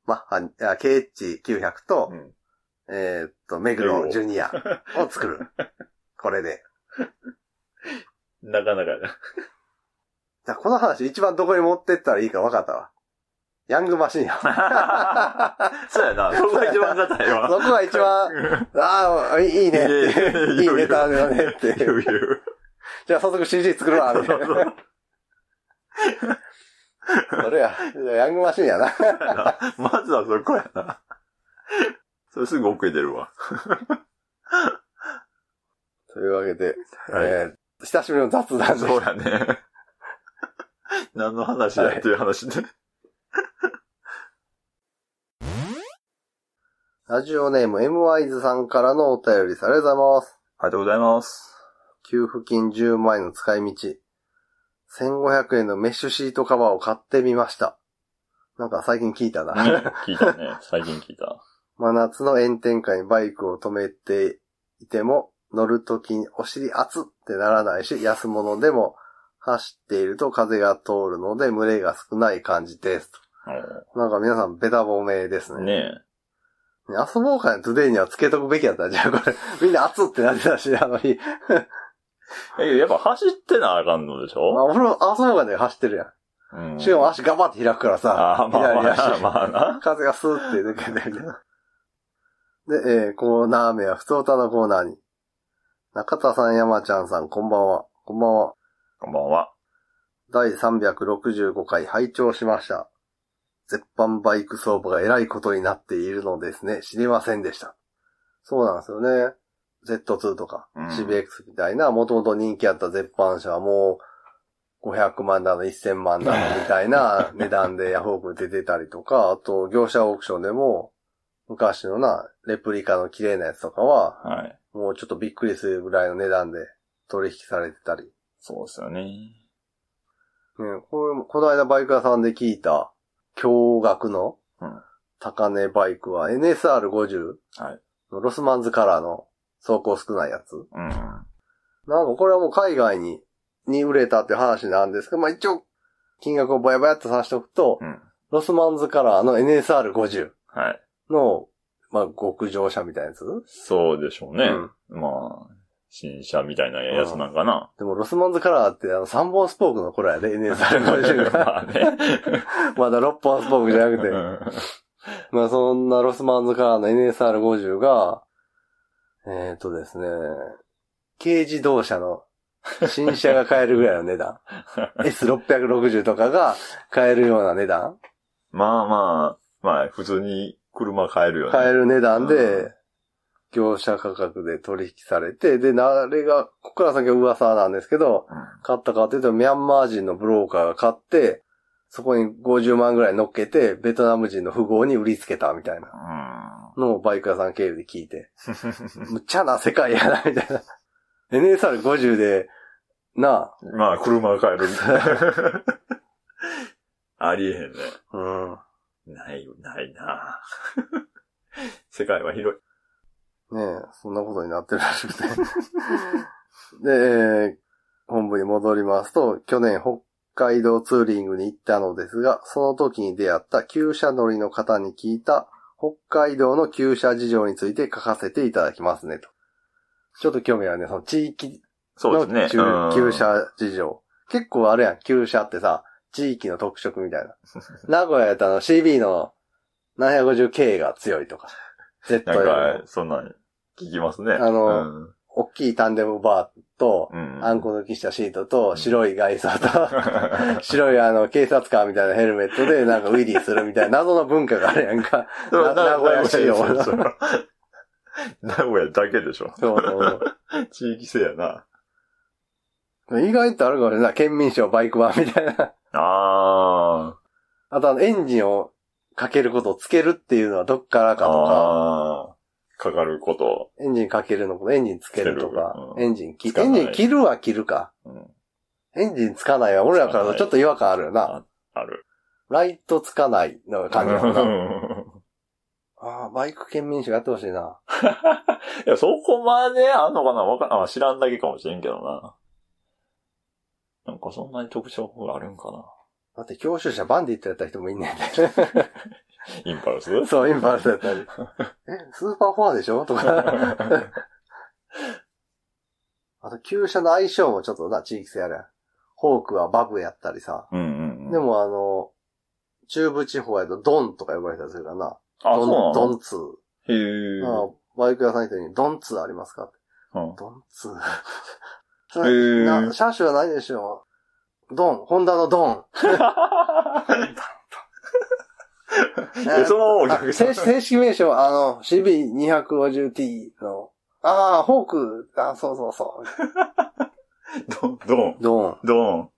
[SPEAKER 1] マッハ、あケイッチ900と、
[SPEAKER 2] うん
[SPEAKER 1] えーっと、メグロジュニアを作る。これで。
[SPEAKER 2] なかなかやな。
[SPEAKER 1] じゃあこの話一番どこに持ってったらいいか分かったわ。ヤングマシン や。
[SPEAKER 2] そうやな。そこが一番硬い
[SPEAKER 1] そ
[SPEAKER 2] わ。
[SPEAKER 1] こが一番、ああ、いいねって
[SPEAKER 2] い
[SPEAKER 1] いいネタだねって
[SPEAKER 2] 言う言う。
[SPEAKER 1] じゃあ早速 CG 作るわ、
[SPEAKER 2] そう
[SPEAKER 1] みた
[SPEAKER 2] そ
[SPEAKER 1] いう な。
[SPEAKER 2] そう。
[SPEAKER 1] それや。じゃあヤングマシンやな。
[SPEAKER 2] まずはそこやな。それすぐ奥へ出るわ。
[SPEAKER 1] というわけで、
[SPEAKER 2] はい。
[SPEAKER 1] えー久しぶりの雑談で
[SPEAKER 2] そ
[SPEAKER 1] し
[SPEAKER 2] うやね。何の話やっていう話で。
[SPEAKER 1] た。ラジオネーム m y ズさんからのお便りされざます。
[SPEAKER 2] ありがとうございます。
[SPEAKER 1] 給付金10万円の使い道。1500円のメッシュシートカバーを買ってみました。なんか最近聞いたな。
[SPEAKER 2] 聞いたね。最近聞いた。
[SPEAKER 1] 真夏の炎天下にバイクを止めていても、乗るときにお尻熱ってならないし、安物でも走っていると風が通るので群れが少ない感じです。なんか皆さんベタ褒めですね。
[SPEAKER 2] ねえ。
[SPEAKER 1] 遊ぼうかね、トゥデイにはつけとくべきやったんじゃうこれ、みんな熱ってなってたし、あの日。
[SPEAKER 2] え、やっぱ走ってなあかんのでし
[SPEAKER 1] まあ、
[SPEAKER 2] ょ
[SPEAKER 1] 俺も遊ぼうかね、走ってるや
[SPEAKER 2] うん
[SPEAKER 1] ん。しかも足ガバって開くから
[SPEAKER 2] あ
[SPEAKER 1] さ
[SPEAKER 2] あ、、まあま
[SPEAKER 1] 左足
[SPEAKER 2] あ、まあな。
[SPEAKER 1] 風がスーって抜けてる。で、えー、コーナー名は普通歌のコーナーに。中田さん、山ちゃんさん、こんばんは。こんばんは。
[SPEAKER 2] こんばんは。
[SPEAKER 1] 第365回拝聴しました。絶版バイク相場が偉いことになっているのですね。知りませんでした。そうなんですよね。Z2 とか
[SPEAKER 2] うん
[SPEAKER 1] CBX みたいな、もともと人気あった絶版車はもう500万だの1000万だのみたいな値段でヤフオクで出てたりとか、あ と業者オークションでも昔のな、レプリカの綺麗なやつとかは、
[SPEAKER 2] はい。
[SPEAKER 1] もうちょっとびっくりするぐらいの値段で取引されてたり。
[SPEAKER 2] そうですよね。
[SPEAKER 1] ね、これも、この間バイク屋さんで聞いた、驚愕の
[SPEAKER 2] うん、
[SPEAKER 1] 高値バイクは NSR50
[SPEAKER 2] はい
[SPEAKER 1] のロスマンズカラーの走行少ないやつ。
[SPEAKER 2] うん。
[SPEAKER 1] なんかこれはもう海外に、に売れたって話なんですけど、まあ一応、金額をバヤバヤっとさしておくと、
[SPEAKER 2] うん。
[SPEAKER 1] ロスマンズカラーの NSR50
[SPEAKER 2] はい。
[SPEAKER 1] の、まあ極上車みたいなやつ、
[SPEAKER 2] そうでしょうね。
[SPEAKER 1] うん
[SPEAKER 2] まあ、新車みたいなやつなんかな。
[SPEAKER 1] でもロスマンズカラーってあの3本スポークの頃やで、NSR50 が。
[SPEAKER 2] まあね。
[SPEAKER 1] まだ6本スポークじゃなくて。まあそんなロスマンズカラーの NSR50 が、えっ、ー、とですね、軽自動車の新車が買えるぐらいの値 段。S660 とかが買えるような値段
[SPEAKER 2] まあまあ、まあ、普通に車買えるよね。
[SPEAKER 1] 買え
[SPEAKER 2] る。
[SPEAKER 1] る値段
[SPEAKER 2] う
[SPEAKER 1] で
[SPEAKER 2] ん、
[SPEAKER 1] 業者価格で取引されて、で、あれが、ここから先は噂なんですけど、買ったかっていうと、ミャンマー人のブローカーが買って、そこに50万ぐらい乗っけて、ベトナム人の富豪に売りつけたみたいな
[SPEAKER 2] うん。
[SPEAKER 1] のをバイク屋さん経由で聞いて。むっちゃな世界やな、みたいな。NSR50 で、な
[SPEAKER 2] まあ、車 買える。ありえへんね。
[SPEAKER 1] あ、うん。
[SPEAKER 2] ない、ないな 世界は広い。
[SPEAKER 1] ねえ、そんなことになってるらしくて。で、えー本部に戻りますと、去年北海道ツーリングに行ったのですが、その時に出会った旧車乗りの方に聞いた、北海道の旧車事情について書かせていただきますね、と。ちょっと興味あるね、その地域
[SPEAKER 2] そう
[SPEAKER 1] の
[SPEAKER 2] ですね。うん
[SPEAKER 1] 旧旧車事情。結構あるやん、旧車ってさ、地域の特色みたい な。名古屋やったらあの CB の 750K が強いとか。絶
[SPEAKER 2] な
[SPEAKER 1] 対
[SPEAKER 2] んか、そんなん聞きますね。
[SPEAKER 1] あの
[SPEAKER 2] うん
[SPEAKER 1] 大きいタンデムバーと、
[SPEAKER 2] うん。
[SPEAKER 1] あん こ抜きしたシートと、白い外装
[SPEAKER 2] う
[SPEAKER 1] と、
[SPEAKER 2] ん。
[SPEAKER 1] 白いあの、警察官みたいなヘルメットで、なんかウィリーするみたいな謎の文化があるやんか。な名古屋仕様
[SPEAKER 2] そう そう名古屋だけでしょ。
[SPEAKER 1] そうそう
[SPEAKER 2] 地域性やな。
[SPEAKER 1] そう。意外とあるかもしれない。県民賞バイク版みたいな。
[SPEAKER 2] あ
[SPEAKER 1] あとあの、エンジンをかけることをつけるっていうのはどっから
[SPEAKER 2] ー
[SPEAKER 1] かとか。
[SPEAKER 2] あー。かかること。
[SPEAKER 1] エンジンかけるのこと、エンジンつけると
[SPEAKER 2] つける
[SPEAKER 1] か、
[SPEAKER 2] うん
[SPEAKER 1] エンジン切
[SPEAKER 2] つか
[SPEAKER 1] エン
[SPEAKER 2] ない
[SPEAKER 1] ジン切るは切るか。
[SPEAKER 2] うん
[SPEAKER 1] エンジンつかないは俺らから
[SPEAKER 2] つか
[SPEAKER 1] と
[SPEAKER 2] ない
[SPEAKER 1] ちょっと違和感あるよな。
[SPEAKER 2] ある。
[SPEAKER 1] ライトつかないのが感じだもん
[SPEAKER 2] う
[SPEAKER 1] な。
[SPEAKER 2] ん
[SPEAKER 1] ああ、バイク県民賞やってほしいな。
[SPEAKER 2] いや、そこまであんのかなわかんあ、知らんだけかもしれんけどな。なんかそんなに特徴があるんか
[SPEAKER 1] だって教習車バンディットやった人もいんねん
[SPEAKER 2] な。インパルス
[SPEAKER 1] で。 そう、インパルスやったり。え、スーパーフォアでしょと か。あと、旧車の相性もちょっとな、地域性あるやん。ホークはバグやったりさ。
[SPEAKER 2] うんうんうん。
[SPEAKER 1] で、もあの、中部地方やとドンとか呼ばれたりするからな。
[SPEAKER 2] あ、そ
[SPEAKER 1] ド
[SPEAKER 2] う
[SPEAKER 1] ン、
[SPEAKER 2] な
[SPEAKER 1] ド
[SPEAKER 2] の
[SPEAKER 1] ンツー。
[SPEAKER 2] へえ。
[SPEAKER 1] あバイク屋さんの人に、ドンツーありますかって
[SPEAKER 2] うん
[SPEAKER 1] ドン ツー。
[SPEAKER 2] へー
[SPEAKER 1] な車種はないでしょう。ドン、ホンダのドン。
[SPEAKER 2] え、そのお
[SPEAKER 1] あ
[SPEAKER 2] 客さ
[SPEAKER 1] 正
[SPEAKER 2] ん。
[SPEAKER 1] 式正式名称は、あの、CB250T の、ああ、ホーク、あそうそうそう。
[SPEAKER 2] ドン、ドン、
[SPEAKER 1] ドン。
[SPEAKER 2] ドン。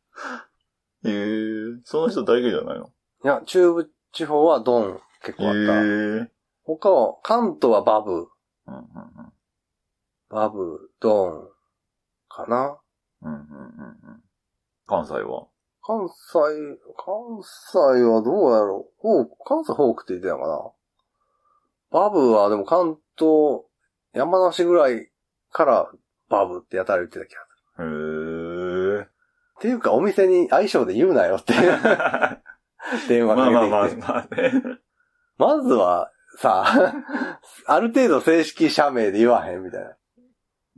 [SPEAKER 2] へえその人だけじゃないの
[SPEAKER 1] いや、中部地方はドン結構あった。
[SPEAKER 2] へえ
[SPEAKER 1] 他は、関東はバブ、
[SPEAKER 2] うんうん
[SPEAKER 1] バブ、ドン、かな。
[SPEAKER 2] うんうんうんうん関西は
[SPEAKER 1] 関西、関西はどうやろうフォーク、関西フォークって言ってたのかなバブはでも関東、山梨ぐらいからバブってやたら言ってた気がす
[SPEAKER 2] へえ。
[SPEAKER 1] る。っていうかお店に相性で言うなよって電
[SPEAKER 2] ま
[SPEAKER 1] 話
[SPEAKER 2] あまあま
[SPEAKER 1] か
[SPEAKER 2] あ
[SPEAKER 1] けてきて。
[SPEAKER 2] まあね。
[SPEAKER 1] まずはさ、 ある程度正式社名で言わへんみたいな。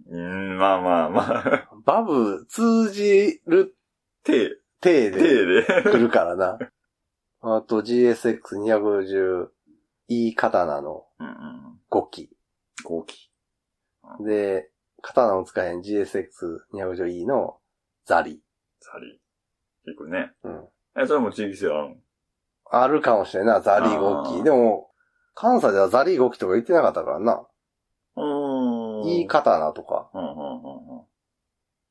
[SPEAKER 2] うん、まあまあまあ。
[SPEAKER 1] バブ通じる
[SPEAKER 2] 手、
[SPEAKER 1] 体
[SPEAKER 2] 手
[SPEAKER 1] で
[SPEAKER 2] で。
[SPEAKER 1] 来るから な。あと GSX250E 刀の
[SPEAKER 2] うんうん。
[SPEAKER 1] 5機。
[SPEAKER 2] 後期。
[SPEAKER 1] で、刀を使えへん GSX250E のザリ。
[SPEAKER 2] ザリ。行くね。
[SPEAKER 1] うん。
[SPEAKER 2] え、それも地域性ある
[SPEAKER 1] あるかもしれんな、ザリ
[SPEAKER 2] あ
[SPEAKER 1] 5
[SPEAKER 2] ー
[SPEAKER 1] 機。でも、関西ではザリ5機とか言ってなかったからな。
[SPEAKER 2] のうーん。
[SPEAKER 1] いい。刀とか、
[SPEAKER 2] うんうんうんうん。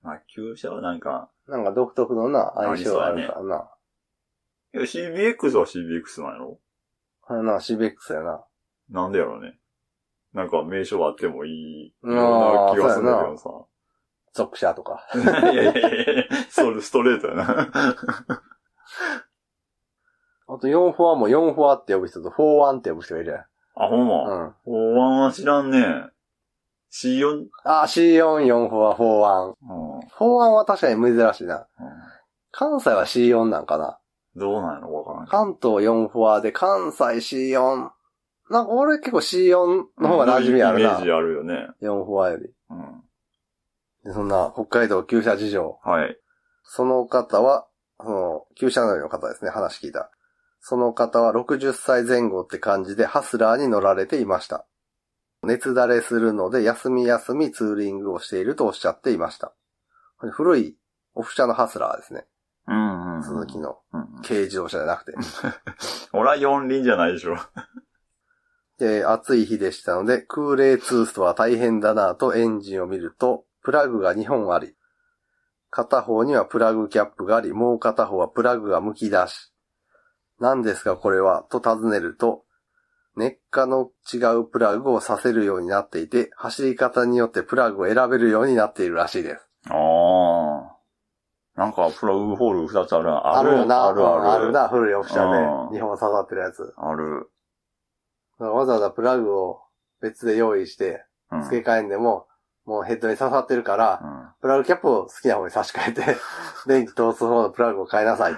[SPEAKER 2] まあ、旧車はなんか、
[SPEAKER 1] なんか独特のな、相性があるからな。
[SPEAKER 2] いや CBX は CBX なんやろ
[SPEAKER 1] あれな、シベックスやな。
[SPEAKER 2] なんでやろうね。なんか名称あってもいいよ
[SPEAKER 1] うん
[SPEAKER 2] うな気がするんだけど
[SPEAKER 1] 属者とか。
[SPEAKER 2] さ。 いやいやいやいや、それストレートやな。
[SPEAKER 1] あと4フォアも4フォアって呼ぶ人と4ワンって呼ぶ人がいるや
[SPEAKER 2] あ、ほん
[SPEAKER 1] ん。う
[SPEAKER 2] ま。
[SPEAKER 1] ん。あ
[SPEAKER 2] おわんは知らんね。C4、
[SPEAKER 1] ー、C4、4フォア、4ワン。
[SPEAKER 2] うん。うん
[SPEAKER 1] 4ワンは確かに珍しいな。関西は C4 なんかな。
[SPEAKER 2] どうなんやろわからんけど。
[SPEAKER 1] 関東4フォアで関西 C4。なんか俺結構 C4 の方が馴染みある
[SPEAKER 2] イメ
[SPEAKER 1] な
[SPEAKER 2] ージ。あるよね。
[SPEAKER 1] 4フォアより。
[SPEAKER 2] うん。
[SPEAKER 1] で、そんな北海道旧車事情。
[SPEAKER 2] はい。
[SPEAKER 1] その方は、その、旧車乗りの方ですね、話聞いた。その方は60歳前後って感じでハスラーに乗られていました。熱だれするので休み休みツーリングをしているとおっしゃっていました。古いオフ車のハスラーですね。
[SPEAKER 2] うんうん。
[SPEAKER 1] 鈴木。の
[SPEAKER 2] うんうん。
[SPEAKER 1] 軽自動車じゃなくて。
[SPEAKER 2] 俺は四輪じゃないでしょ。
[SPEAKER 1] で、暑い日でしたので、空冷ツーストは大変だなぁとエンジンを見ると、プラグが2本あり、片方にはプラグキャップがあり、もう片方はプラグが剥き出し。何ですかこれはと尋ねると、熱化の違うプラグをさせるようになっていて、走り方によってプラグを選べるようになっているらしいです。
[SPEAKER 2] ああ。なんかプラグホール二つあるな。
[SPEAKER 1] あるよな、
[SPEAKER 2] あるある。
[SPEAKER 1] ある。な、古いオフ車で
[SPEAKER 2] うん、
[SPEAKER 1] 2本刺さってるやつ。
[SPEAKER 2] ある。
[SPEAKER 1] わざわざプラグを別で用意して、
[SPEAKER 2] うん。
[SPEAKER 1] 付け替えんでも、もうヘッドに刺さってるから、
[SPEAKER 2] うん
[SPEAKER 1] プラグキャップを好きな方に差し替えて、 電気通す方のプラグを変えなさい。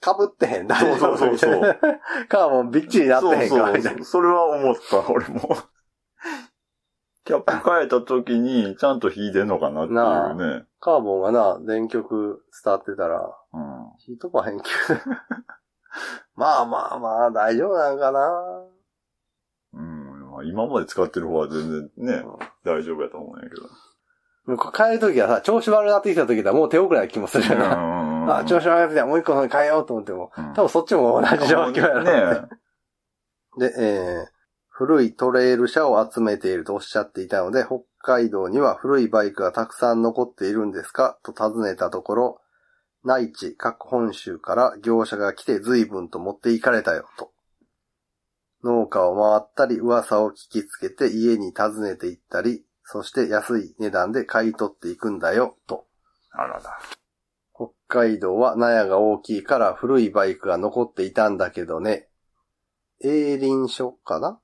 [SPEAKER 1] かぶってへん。
[SPEAKER 2] そうそうそうそ
[SPEAKER 1] 大丈
[SPEAKER 2] う
[SPEAKER 1] 夫みたいな カーボンびっちりなってへんから、みたい
[SPEAKER 2] そうそう。それは思った、俺も。キャップ変えた時に、ちゃんと引いてんのかなっていうね。
[SPEAKER 1] カーボンがな、電極伝ってたら、
[SPEAKER 2] うん。
[SPEAKER 1] ヒートパ変形。 まあまあまあ、大丈夫なんかな。
[SPEAKER 2] うん、まあ、今まで使ってる方は全然ね、大丈夫やと思うんやけど。
[SPEAKER 1] もう帰るときはさ、調子悪なってきたときだ、もう手遅れな気もするよな。 あ、調
[SPEAKER 2] 子
[SPEAKER 1] 子悪くて、もう一個の変えようと思っても、多分そっちも同じ状況やろうね。
[SPEAKER 2] ね。
[SPEAKER 1] で、えー古いトレイル車を集めているとおっしゃっていたので、北海道には古いバイクがたくさん残っているんですかと尋ねたところ、内地、各本州から業者が来て随分と持っていかれたよ、と。農家を回ったり、噂を聞きつけて家に訪ねて行ったり、そして安い値段で買い取っていくんだよ、と。
[SPEAKER 2] あらら。
[SPEAKER 1] 北海道は納屋が大きいから古いバイクが残っていたんだけどね。営林署かな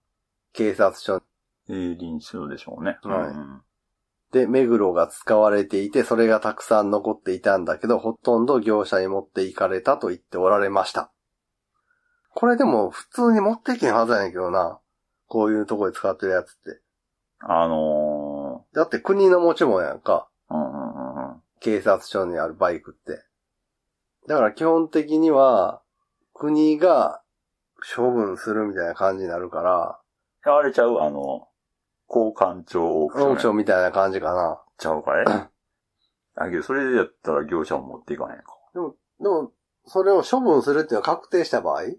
[SPEAKER 1] 警察署
[SPEAKER 2] え臨床でしょうね。
[SPEAKER 1] はい
[SPEAKER 2] うん
[SPEAKER 1] で目黒が使われていて、それがたくさん残っていたんだけど、ほとんど業者に持っていかれたと言っておられました。これでも普通に持っていけんはずやねんけどな。こういうとこで使ってるやつって。
[SPEAKER 2] あの
[SPEAKER 1] だって国の持ち物やんか。
[SPEAKER 2] ー、うんうんうんうん
[SPEAKER 1] 警察署にあるバイクって。だから基本的には、国が処分するみたいな感じになるから、
[SPEAKER 2] あれちゃうあの、交換庁オークション
[SPEAKER 1] オー
[SPEAKER 2] や
[SPEAKER 1] クションみたいな感じかな。
[SPEAKER 2] ちゃうかいだけど、それやったら業者も持っていかへんか。
[SPEAKER 1] でも、それを処分するっていうのは確定した場合、
[SPEAKER 2] うん。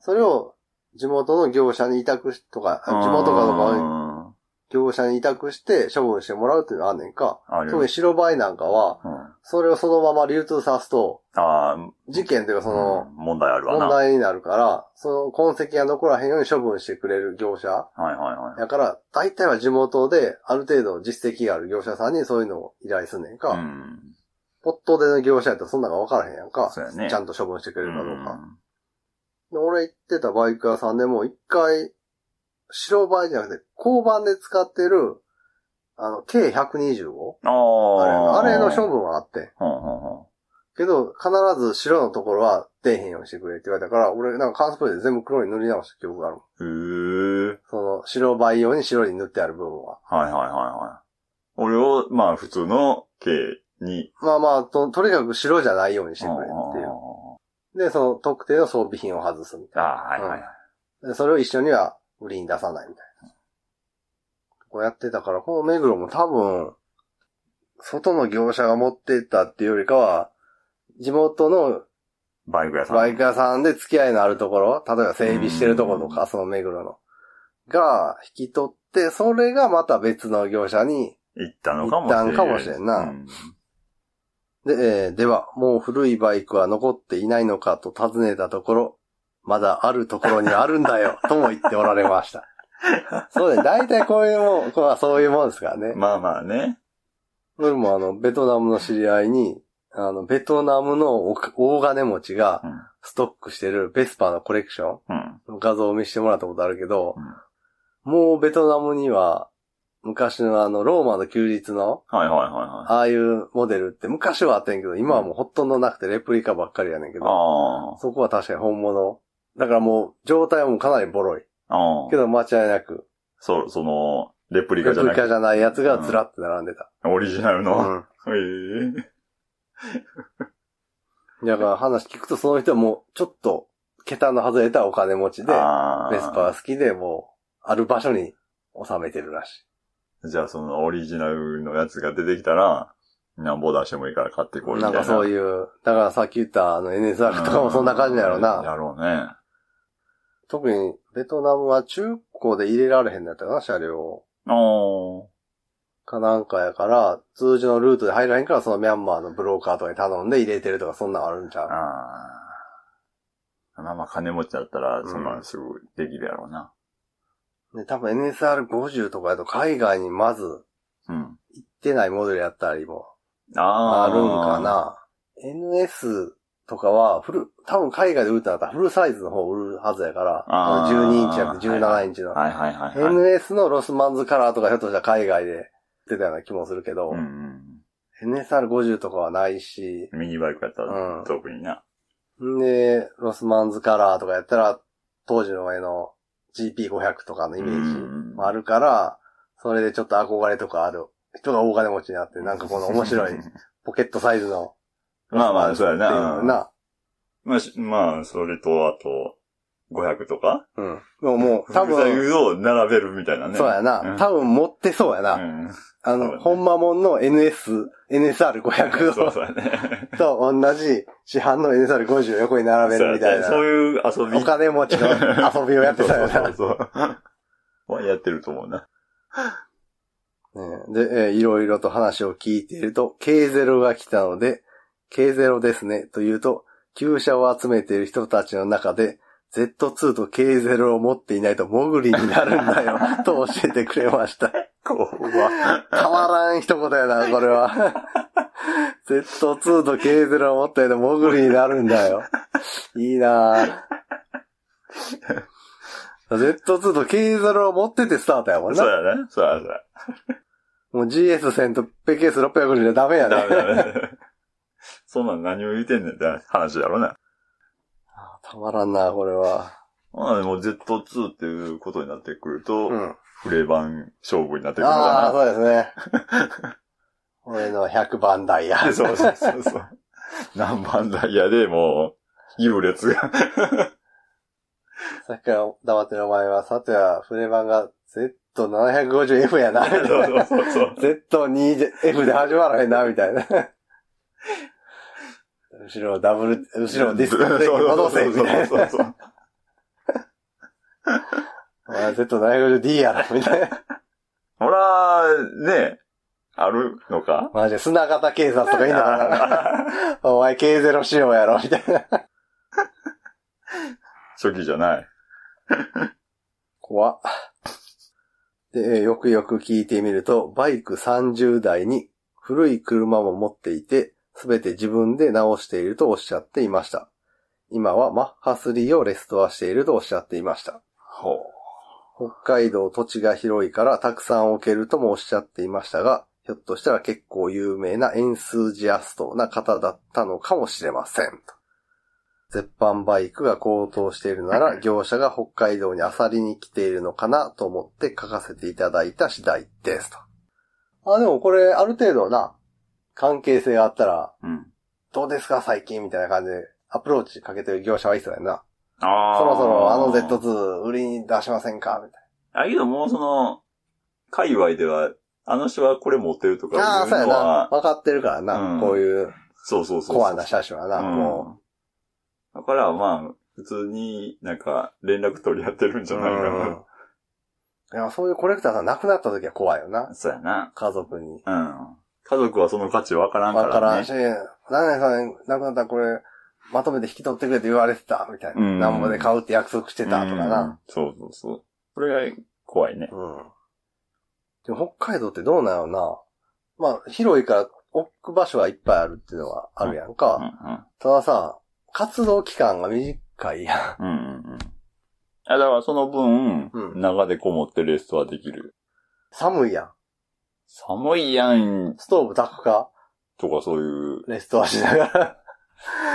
[SPEAKER 1] それを地元の業者に委託しとか、あ地元かとか
[SPEAKER 2] か
[SPEAKER 1] 業者に委託して処分してもらうっていうのがあんねんか。
[SPEAKER 2] あれ
[SPEAKER 1] 特に白バイなんかは、
[SPEAKER 2] うん。
[SPEAKER 1] それをそのまま流通さすと、
[SPEAKER 2] ああ、
[SPEAKER 1] 事件というかその、
[SPEAKER 2] うん問題あるわな。
[SPEAKER 1] 問題になるから、その痕跡が残らへんように処分してくれる業者
[SPEAKER 2] はいはいはい。
[SPEAKER 1] だから、大体は地元で、ある程度実績がある業者さんにそういうのを依頼すんねんか、
[SPEAKER 2] うん。
[SPEAKER 1] ポットでの業者やったらそんなのが分からへんやんか、
[SPEAKER 2] そうやね
[SPEAKER 1] ちゃんと処分してくれるかどうか。で俺行ってたバイク屋さんでも、一回、白バイじゃなくて、交番で使ってる、あの、K125?
[SPEAKER 2] うんあ
[SPEAKER 1] あれ
[SPEAKER 2] あ。
[SPEAKER 1] あれの処分はあってん。
[SPEAKER 2] うんうんうん。
[SPEAKER 1] けど、必ず白のところは出えへんようにしてくれって言われたから、俺なんか缶スプレーで全部黒に塗り直した記憶があるもん。
[SPEAKER 2] へえ。
[SPEAKER 1] その、白バイ用に白に塗ってある部分は。
[SPEAKER 2] はいはいはいはい。俺を、まあ普通の刑に。
[SPEAKER 1] まあまあ、と、とにかく白じゃないようにしてくれっていう。
[SPEAKER 2] あ
[SPEAKER 1] で、その特定の装備品を外すみた
[SPEAKER 2] あ、はいはいはい。
[SPEAKER 1] いな。でそれを一緒には売りに出さないみたいな。こうやってたから、この目黒も多分、外の業者が持ってったっていうよりかは、地元の
[SPEAKER 2] バイク屋さん。
[SPEAKER 1] バイク屋さんで付き合いのあるところ、例えば整備してるところと
[SPEAKER 2] う
[SPEAKER 1] か、その目黒の、が引き取って、それがまた別の業者に
[SPEAKER 2] 行ったのかもしれん。
[SPEAKER 1] 行ったんかもしれんな
[SPEAKER 2] うん
[SPEAKER 1] で、えーでは、もう古いバイクは残っていないのかと尋ねたところ、まだあるところにあるんだ よ、とも言っておられました。そうね、大体こういうもん、こうそういうもんですからね。
[SPEAKER 2] まあまあね。
[SPEAKER 1] 俺もあの、ベトナムの知り合いに、あの、ベトナムのお大金持ちが
[SPEAKER 2] うん
[SPEAKER 1] ストックしてるベスパーのコレクション
[SPEAKER 2] うん。
[SPEAKER 1] の画像を見せてもらったことあるけど、もうベトナムには、昔のあの、ローマの休日の、
[SPEAKER 2] はいはいはいはい。
[SPEAKER 1] ああいうモデルって昔はあったんやけど、今はもうほとんどなくてレプリカばっかりやねんけど、
[SPEAKER 2] あ
[SPEAKER 1] そこは確かに本物。だからもう、状態はもうかなりボロい。
[SPEAKER 2] あ。ああ
[SPEAKER 1] け。ど間違いなく、
[SPEAKER 2] そう、その、レプリ
[SPEAKER 1] レ
[SPEAKER 2] カじゃ
[SPEAKER 1] プ
[SPEAKER 2] な
[SPEAKER 1] リ
[SPEAKER 2] く
[SPEAKER 1] カじゃないやつがずらって並んでた。
[SPEAKER 2] オリジナルの。
[SPEAKER 1] うん。
[SPEAKER 2] へ え。
[SPEAKER 1] だから話聞くとその人はもう、ちょっと、桁の外れたお金持ちで、
[SPEAKER 2] あー
[SPEAKER 1] ベスパー好きでもう、ある場所に収めてるらしい。
[SPEAKER 2] じゃあそのオリジナルのやつが出てきたら、なんぼ出してもいいから買ってこいみた
[SPEAKER 1] ないん
[SPEAKER 2] な。
[SPEAKER 1] かそう
[SPEAKER 2] う
[SPEAKER 1] いう、だからさっき言ったあの NSR とかもそんな感じやろう
[SPEAKER 2] うん
[SPEAKER 1] な。
[SPEAKER 2] やろうね。
[SPEAKER 1] 特に、ベトナムは中古で入れられへんだったかな、車両を
[SPEAKER 2] あ
[SPEAKER 1] かなんかやから、通常のルートで入らへんから、そのミャンマーのブローカーとかに頼んで入れてるとか、そんなんあるんちゃう
[SPEAKER 2] あ。ああ。まあまあ金持ちだったら、
[SPEAKER 1] うん
[SPEAKER 2] そんなのすぐできるやろうな。
[SPEAKER 1] で、多分 NSR50 とかだと海外にまず行
[SPEAKER 2] うん。
[SPEAKER 1] ってないモデルやったりも
[SPEAKER 2] ああ。
[SPEAKER 1] あるんか。な。NS とかはフル、多分海外で売るってなったらフルサイズの方を売るはずやから、
[SPEAKER 2] あー
[SPEAKER 1] 12インチじゃなくて17インチの。
[SPEAKER 2] はいはいはいはい。
[SPEAKER 1] NS のロスマンズカラーとかひょっとしたら海外で出たような気もするけど、
[SPEAKER 2] うん、
[SPEAKER 1] NSR50 とかはないし、
[SPEAKER 2] うん。ミニバイクやった
[SPEAKER 1] う
[SPEAKER 2] ら
[SPEAKER 1] ん、
[SPEAKER 2] 特にな。
[SPEAKER 1] んで、ロスマンズカラーとかやったら、当時の上の GP500 とかのイメージ。もあ
[SPEAKER 2] る。
[SPEAKER 1] るから、それでちょっと憧れとかある人が大金持ちになって、なんかこの面 白いポケットサイズの。
[SPEAKER 2] まあまあそうやな
[SPEAKER 1] っていうのな。
[SPEAKER 2] まあ、しまあ、それと、あと、 500とか
[SPEAKER 1] うん。でももう、多
[SPEAKER 2] 副菜
[SPEAKER 1] 分、
[SPEAKER 2] を並べるみたいなね。
[SPEAKER 1] そうや
[SPEAKER 2] ん
[SPEAKER 1] な。多分持ってそうやな。
[SPEAKER 2] うん。
[SPEAKER 1] あ
[SPEAKER 2] そうだ
[SPEAKER 1] の、
[SPEAKER 2] ね
[SPEAKER 1] ほんまもんの NS、NSR500
[SPEAKER 2] そう
[SPEAKER 1] を
[SPEAKER 2] そうやね。
[SPEAKER 1] と同じ市販の NSR50 を横に並べるみたいな。
[SPEAKER 2] そうやねそういう遊び。
[SPEAKER 1] お金持ちの遊びをやってたよ
[SPEAKER 2] そう
[SPEAKER 1] な
[SPEAKER 2] そう。そうそう。はやってると思うな。
[SPEAKER 1] ねで、えーいろいろと話を聞いていると、K0 が来たので、K0 ですね、というと、旧車を集めている人たちの中で、Z2 と K0 を持っていないとモグリになるんだよ、と教えてくれました。
[SPEAKER 2] こうは。
[SPEAKER 1] たまらん一言やな、これは。Z2 と K0 を持ったようでモグリになるんだよ。いいなぁ。Z2 と K0 を持っててスタートやもん
[SPEAKER 2] そ
[SPEAKER 1] な。
[SPEAKER 2] うやね。そうや、そうや。
[SPEAKER 1] もう GS1000 と PKS650 じゃダメやね
[SPEAKER 2] ダ。メだね。 そんなん何を言うてんねんって話だろうな。
[SPEAKER 1] たまらんな、これは。
[SPEAKER 2] まあでも Z2 っていうことになってくると、
[SPEAKER 1] うん。
[SPEAKER 2] フレバン勝負になってくるの
[SPEAKER 1] ああ、
[SPEAKER 2] か
[SPEAKER 1] そうです ね。俺の100番台や。
[SPEAKER 2] な。そうそうそうそう。何番ダイヤでもう、優劣が。
[SPEAKER 1] さっきから黙ってるお前は、さては、フレバンが Z750F やな、みた
[SPEAKER 2] そ
[SPEAKER 1] いうな
[SPEAKER 2] そうそうそう。
[SPEAKER 1] Z2F で始まらへんな、みたいな。後ろダブル、後ろディスカブレーキ戻せ、みたい
[SPEAKER 2] そう
[SPEAKER 1] な
[SPEAKER 2] そう。そう
[SPEAKER 1] お前 Z750D やろ、みたいな。
[SPEAKER 2] ほら、ね、あるのか
[SPEAKER 1] マジで砂型警察とかいいの か
[SPEAKER 2] あ
[SPEAKER 1] なお前 K0 仕様やろ、みたいな。
[SPEAKER 2] 初期じゃない。
[SPEAKER 1] 怖っで、えーよくよく聞いてみると、バイク30台に古い車も持っていて、すべて自分で直しているとおっしゃっていました。今はマッハ3をレストアしているとおっしゃっていました。
[SPEAKER 2] ほ
[SPEAKER 1] 北
[SPEAKER 2] う。
[SPEAKER 1] 海道土地が広いからたくさん置けるともおっしゃっていましたが、ひょっとしたら結構有名なエンスージアストな方だったのかもしれません。と絶版バイクが高騰しているなら、業者が北海道に漁りに来ているのかなと思って書かせていただいた次第です。と。あ、でもこれ、ある程度な、関係性があったら、
[SPEAKER 2] うん。
[SPEAKER 1] どうですか最近みたいな感じで、アプローチかけてる業者はいそうやな。
[SPEAKER 2] あ
[SPEAKER 1] そろそろあの Z2 売りに出しませんかみたいな。
[SPEAKER 2] あ、けどもうその、界隈では、あの人はこれ持ってるとか
[SPEAKER 1] ああ、
[SPEAKER 2] い
[SPEAKER 1] そう
[SPEAKER 2] う
[SPEAKER 1] や
[SPEAKER 2] の
[SPEAKER 1] な
[SPEAKER 2] は。、
[SPEAKER 1] 分かってるからな、
[SPEAKER 2] うん
[SPEAKER 1] こういう
[SPEAKER 2] そうそうそうそう。
[SPEAKER 1] コアな車種はな、
[SPEAKER 2] うん
[SPEAKER 1] も
[SPEAKER 2] だからまあ、普通になんか連絡取り合ってるん
[SPEAKER 1] う。
[SPEAKER 2] じゃないかな。
[SPEAKER 1] うんいやそういうコレクターさん亡くなった時は怖いよな、
[SPEAKER 2] そうやな。
[SPEAKER 1] 家族に。
[SPEAKER 2] うん。家族はその価値わからんか
[SPEAKER 1] わから
[SPEAKER 2] ら
[SPEAKER 1] ん
[SPEAKER 2] ね
[SPEAKER 1] し。、何々さん亡くなったらこれ、まとめて引き取ってくれって言われてた、みたいな。
[SPEAKER 2] うん
[SPEAKER 1] なんぼで買うって約束してたとか
[SPEAKER 2] うん
[SPEAKER 1] な。。
[SPEAKER 2] そうそうそう。これが怖いね。
[SPEAKER 1] うん。でも北海道ってどうなのなまあ、広いから置く場所はいっぱいあるっていうのはあるやんか。
[SPEAKER 2] う
[SPEAKER 1] たださ、活動期間が短いやん。
[SPEAKER 2] んうん。うんうんうん。あ、だからその分、
[SPEAKER 1] うん
[SPEAKER 2] 中でこもってレストアできる。
[SPEAKER 1] 寒いやん。
[SPEAKER 2] 寒いやん、
[SPEAKER 1] ストーブ炊くか
[SPEAKER 2] とかそ ういう、
[SPEAKER 1] レストアしながら。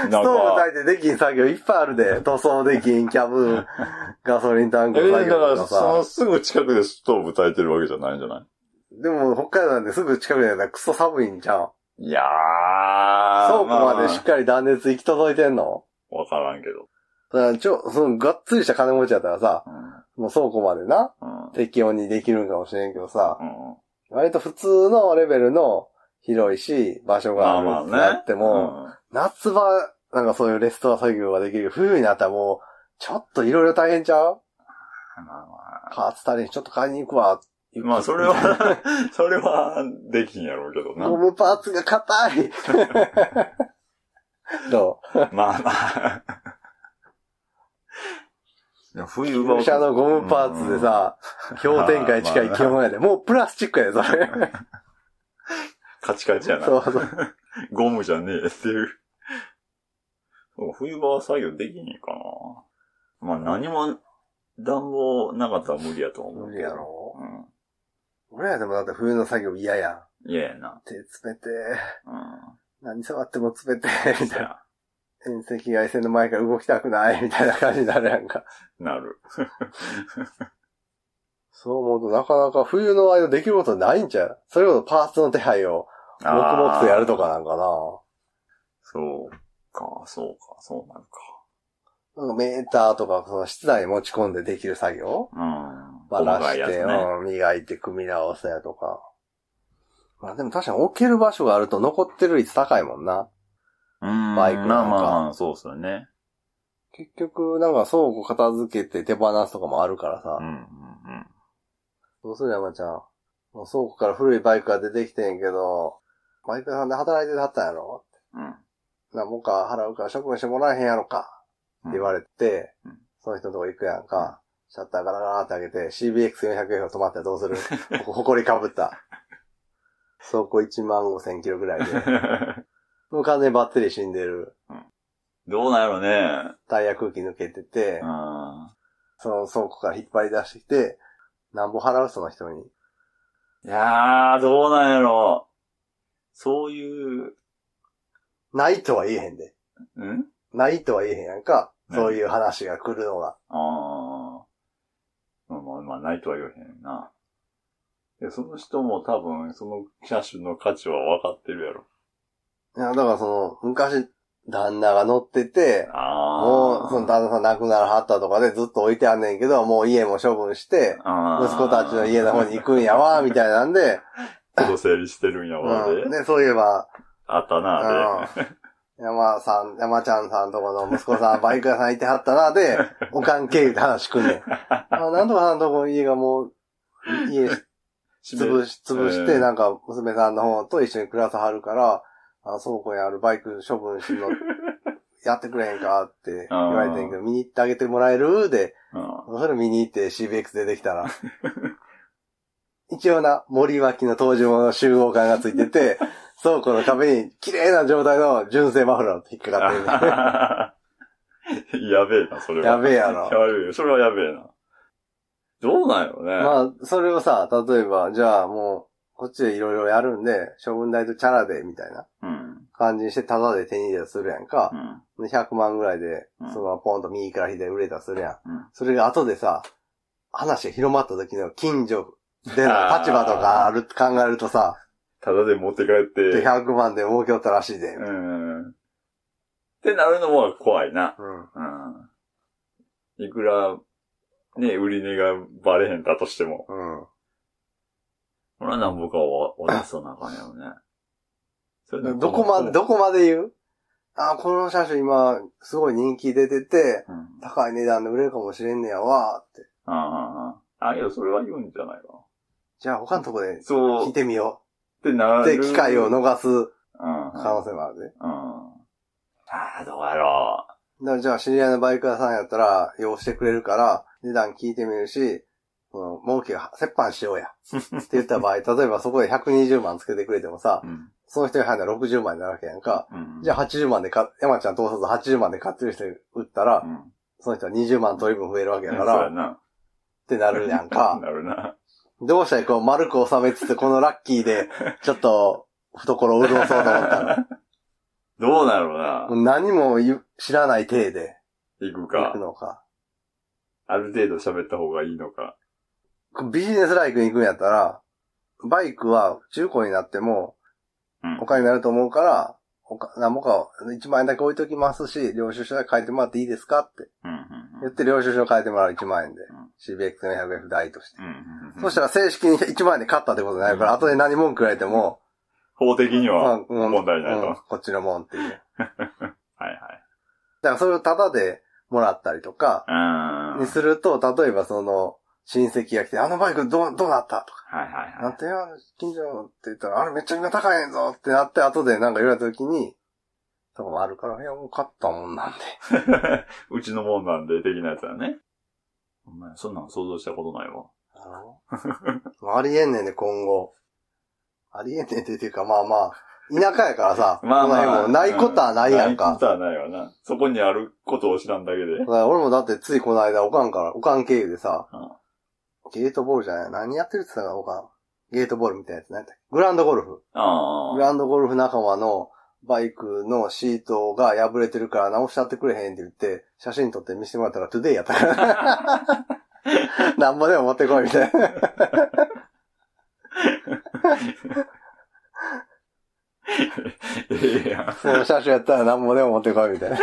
[SPEAKER 2] なん
[SPEAKER 1] ストーブ
[SPEAKER 2] か、
[SPEAKER 1] 炊いてできん作業いっぱいあるで。塗装できん、キャ ブ、ガソリンタン
[SPEAKER 2] え
[SPEAKER 1] クの作
[SPEAKER 2] だか
[SPEAKER 1] 業
[SPEAKER 2] ら、
[SPEAKER 1] とか
[SPEAKER 2] その
[SPEAKER 1] さ。
[SPEAKER 2] すぐ近くでストーブ焚いてるわけじゃないんじゃない
[SPEAKER 1] でも北海道なんですぐ近くだからクソ寒いんじゃん。
[SPEAKER 2] いやー。
[SPEAKER 1] 倉庫
[SPEAKER 2] あ
[SPEAKER 1] までしっかり断熱行き届いてんの
[SPEAKER 2] わからんけど。
[SPEAKER 1] だからちょ、そのがっつりした金持ちやったらさ、
[SPEAKER 2] う
[SPEAKER 1] もう倉庫までな、
[SPEAKER 2] ん。うん。
[SPEAKER 1] 適温にできるんかもしれんけどさ、
[SPEAKER 2] うん
[SPEAKER 1] 割と普通のレベルの広いし、場所
[SPEAKER 2] ま
[SPEAKER 1] が
[SPEAKER 2] あ
[SPEAKER 1] あ
[SPEAKER 2] まあ
[SPEAKER 1] るっ
[SPEAKER 2] ね。
[SPEAKER 1] てなっても、夏場、なんかそういうレストア作業ができる。冬になったらもう、ちょっといろいろ大変ちゃう
[SPEAKER 2] うん。まあまあ。
[SPEAKER 1] パーツ足りん、ちょっと買いに行くわ。
[SPEAKER 2] まあ、それ は、それは、できんやろうけど
[SPEAKER 1] ゴ
[SPEAKER 2] な。
[SPEAKER 1] ムパーツが硬 いど
[SPEAKER 2] まあまあ。いや冬
[SPEAKER 1] う旧車
[SPEAKER 2] は、
[SPEAKER 1] のゴムパーツでさ、氷点下に近い気温やで。もうプラスチックやで、それ。
[SPEAKER 2] カチカチやな。
[SPEAKER 1] そうそう。
[SPEAKER 2] ゴムじゃねえっていう。そう冬場は作業できんかな。まあ、何も、暖房なかったら無理やと思う。
[SPEAKER 1] 無理や。ろ。
[SPEAKER 2] う
[SPEAKER 1] 俺らでもだって冬の作業嫌やん。
[SPEAKER 2] ん。嫌やな。
[SPEAKER 1] 手冷て、
[SPEAKER 2] う
[SPEAKER 1] 何触っても冷て、
[SPEAKER 2] ん。
[SPEAKER 1] み
[SPEAKER 2] そ
[SPEAKER 1] たいな。
[SPEAKER 2] や
[SPEAKER 1] 遠赤外線の前から動きたくない、みたいな感じになるやんか。
[SPEAKER 2] なる。
[SPEAKER 1] そう思うとなかなか冬の間できることないんちゃうそれこそパーツの手配を
[SPEAKER 2] 僕
[SPEAKER 1] 黙々とやるとかなんかな。
[SPEAKER 2] そうか、そうか、そうなるか。
[SPEAKER 1] なんかメーターとか、その室内に持ち込んでできる作業
[SPEAKER 2] うん。
[SPEAKER 1] バラ
[SPEAKER 2] 細かい
[SPEAKER 1] し
[SPEAKER 2] や
[SPEAKER 1] て、
[SPEAKER 2] つね。
[SPEAKER 1] うん磨いて組み直せとか。まあでも確かに置ける場所があると残ってる率高いもんな。
[SPEAKER 2] うん。
[SPEAKER 1] バイクなんか
[SPEAKER 2] まあまあまあ、そうっすよね。
[SPEAKER 1] 結局、なんか倉庫片付けて手放すとかもあるからさ
[SPEAKER 2] う。ん、うん、うん。
[SPEAKER 1] どうする山ちゃん。もう倉庫から古いバイクが出てきてんけど、バイク屋さんで働いてはったんやろ
[SPEAKER 2] うん。
[SPEAKER 1] なんもんか払うから職務してもらえへんやろかって言われて、
[SPEAKER 2] うん
[SPEAKER 1] その人のとこ行くやんか。シャッターガラガラって開けて CBX400F が止まったらどう するほほこりかぶった。走行1万5千キロぐらい で。もう完全にバッテリー死んでる。
[SPEAKER 2] どうなんやろね。
[SPEAKER 1] タイヤ空気抜けてて、
[SPEAKER 2] うん。
[SPEAKER 1] その倉庫から引っ張り出してきて、なんぼ払うその人に。
[SPEAKER 2] いやー、どうなんやろ。そういう、
[SPEAKER 1] ないとは言えへんで。
[SPEAKER 2] ん
[SPEAKER 1] ないとは言えへんやんか。
[SPEAKER 2] うん
[SPEAKER 1] そういう話が来るのが。
[SPEAKER 2] あー。まあまあまあ、ないとは言わへんな。でその人も多分、その車種の価値は分かってるやろ。
[SPEAKER 1] いや、だからその、昔、旦那が乗ってて、もう、
[SPEAKER 2] あー。
[SPEAKER 1] その旦那さん亡くならはったとかでずっと置いてあんねんけど、もう家も処分して、
[SPEAKER 2] あー
[SPEAKER 1] 息子たちの家の方に行くんやわ、みたいなんで、
[SPEAKER 2] ちょっと整理してるんやわ、
[SPEAKER 1] うん、
[SPEAKER 2] で。
[SPEAKER 1] で、そういえば、
[SPEAKER 2] あったな、あれ。
[SPEAKER 1] うん、山さん、山ちゃんさんとこの息子さん、バイク屋さんいてはったな、 で、おかん経由で話くんねん。あなんとかさんとこの家がもう、家潰し、潰し
[SPEAKER 2] う
[SPEAKER 1] て、
[SPEAKER 2] ん
[SPEAKER 1] なんか、娘さんの方と一緒に暮らさはるから、あ倉庫にあるバイク処分するの、やってくれへんかって言われてんけど、見に行ってあげてもらえるで、
[SPEAKER 2] うん
[SPEAKER 1] それ見に行って CBX 出てきたら、一応な、森脇の当時もの集合感がついて て、倉庫の壁に綺麗な状態の純正マフラーを引っかかってる、
[SPEAKER 2] やべえな、それは。
[SPEAKER 1] やべえやろ
[SPEAKER 2] やべえよそれはやべえな。どうなんやろね。
[SPEAKER 1] まあ、それをさ、例えば、じゃあもう、こっちでいろいろやるんで、処分代とチャラで、みたいな
[SPEAKER 2] うん。
[SPEAKER 1] 感じにして、タダで手に入れたりするやんか
[SPEAKER 2] う。
[SPEAKER 1] で
[SPEAKER 2] ん。
[SPEAKER 1] 100万ぐらいで
[SPEAKER 2] う、ん
[SPEAKER 1] そのままポンと右から左へ売れたりするやん。
[SPEAKER 2] うん
[SPEAKER 1] それが後でさ、話が広まった時の近所での立場とかある、考えるとさ、
[SPEAKER 2] ただで持って帰って。
[SPEAKER 1] で100万で儲けよったらしいで。
[SPEAKER 2] うん。ってなるのも怖いな。
[SPEAKER 1] うん。
[SPEAKER 2] うん。いくら、ね、売り値がバレへんだとしても。
[SPEAKER 1] うん。
[SPEAKER 2] ほら、なんぼかは渡さなあかんやろね。それでも
[SPEAKER 1] どこまで、どこまで言うあ、この車種今、すごい人気出てて、
[SPEAKER 2] うん。あ
[SPEAKER 1] 高い値段で売れるかもしれんねやわ、って。
[SPEAKER 2] あ。あ、いや、それは言うんじゃないか
[SPEAKER 1] じゃあ他のとこで
[SPEAKER 2] な。そう。
[SPEAKER 1] 聞いてみよ
[SPEAKER 2] ってな
[SPEAKER 1] う。
[SPEAKER 2] る。
[SPEAKER 1] で、機会を逃す
[SPEAKER 2] うん。
[SPEAKER 1] 可能性もあるね。
[SPEAKER 2] うん。ああ、どうやろ
[SPEAKER 1] だからじゃあ知り合いのバイク屋さんやったら、用してくれるから、値段聞いてみるし、その、儲けを折半しようや。って言った場 合、例えばそこで120万つけてくれてもさ
[SPEAKER 2] う。、うん。
[SPEAKER 1] その人に入るのは60万になるわけやんか。
[SPEAKER 2] うん。
[SPEAKER 1] じゃあ80万でか、山ちゃん通さず80万で買ってる人に売った
[SPEAKER 2] う
[SPEAKER 1] ら、
[SPEAKER 2] ん。
[SPEAKER 1] その人は20万取り分増えるわけやか
[SPEAKER 2] そうや
[SPEAKER 1] ら、っ
[SPEAKER 2] な。
[SPEAKER 1] てなるやんか。
[SPEAKER 2] なるな。
[SPEAKER 1] どうしたらこう丸く収めつつ、このラッキー で、ちょっと、懐を潤そうと思ったら。
[SPEAKER 2] どうなるな
[SPEAKER 1] も。う何も言う知らない体で
[SPEAKER 2] 行く
[SPEAKER 1] 行
[SPEAKER 2] か
[SPEAKER 1] く。のか。
[SPEAKER 2] ある程度喋った方がいいのか。
[SPEAKER 1] ビジネスライクに行くんやったら、バイクは中古になっても
[SPEAKER 2] うん
[SPEAKER 1] お金になると思うから、おか何もか1万円だけ置いときますし、領収書で書いてもらっていいですかって
[SPEAKER 2] うん
[SPEAKER 1] 言って領収書書いてもらう1万円で
[SPEAKER 2] ん。
[SPEAKER 1] CBX400F 代として。
[SPEAKER 2] うんうんうん
[SPEAKER 1] そしたら正式に1万円で買ったってことになるから、
[SPEAKER 2] うん
[SPEAKER 1] 後で何文句言われても、
[SPEAKER 2] 法的には。
[SPEAKER 1] まあうん
[SPEAKER 2] 問題ないと
[SPEAKER 1] うんこっちのもんっていう。だ
[SPEAKER 2] はいはい。
[SPEAKER 1] からそれをタダでもらったりとか、
[SPEAKER 2] うん。
[SPEAKER 1] にすると、例えばその、親戚が来て、あのバイクどう、どうなったとか。
[SPEAKER 2] はいはい
[SPEAKER 1] な
[SPEAKER 2] は
[SPEAKER 1] んて、いや近所のって言ったら、あれめっちゃ今高いねんぞってなって、後でなんか言われた時に、とかもあるから、いや、もう買ったもんなん で。
[SPEAKER 2] い。うちのもんなんで、的なやつだね。お前、そんなの想像したことないわ。
[SPEAKER 1] あのありえんねんで、今後。ありえんねんでっていうか、まあまあ、田舎やからさ、
[SPEAKER 2] まあまあまあ。
[SPEAKER 1] この辺もないことはないやん
[SPEAKER 2] う
[SPEAKER 1] か。
[SPEAKER 2] ないことはないわな。そこにあることを知らんだけで
[SPEAKER 1] だ。から 俺もだってついこの間、おかんから、おかん経由でさ、ゲートボールじゃない何やってるって言ってたか、おかん。ゲートボールみたいなやつ何やったっけグランドゴルフ。
[SPEAKER 2] あ
[SPEAKER 1] グ
[SPEAKER 2] あ。
[SPEAKER 1] ランドゴルフ仲間のバイクのシートが破れてるから直しちゃってくれへんって言って、写真撮って見せてもらったらトゥデイやったから。 なんぼでも持ってこいみたい な。
[SPEAKER 2] ええやん。
[SPEAKER 1] その写真やったらなんぼでも持ってこいみたいな。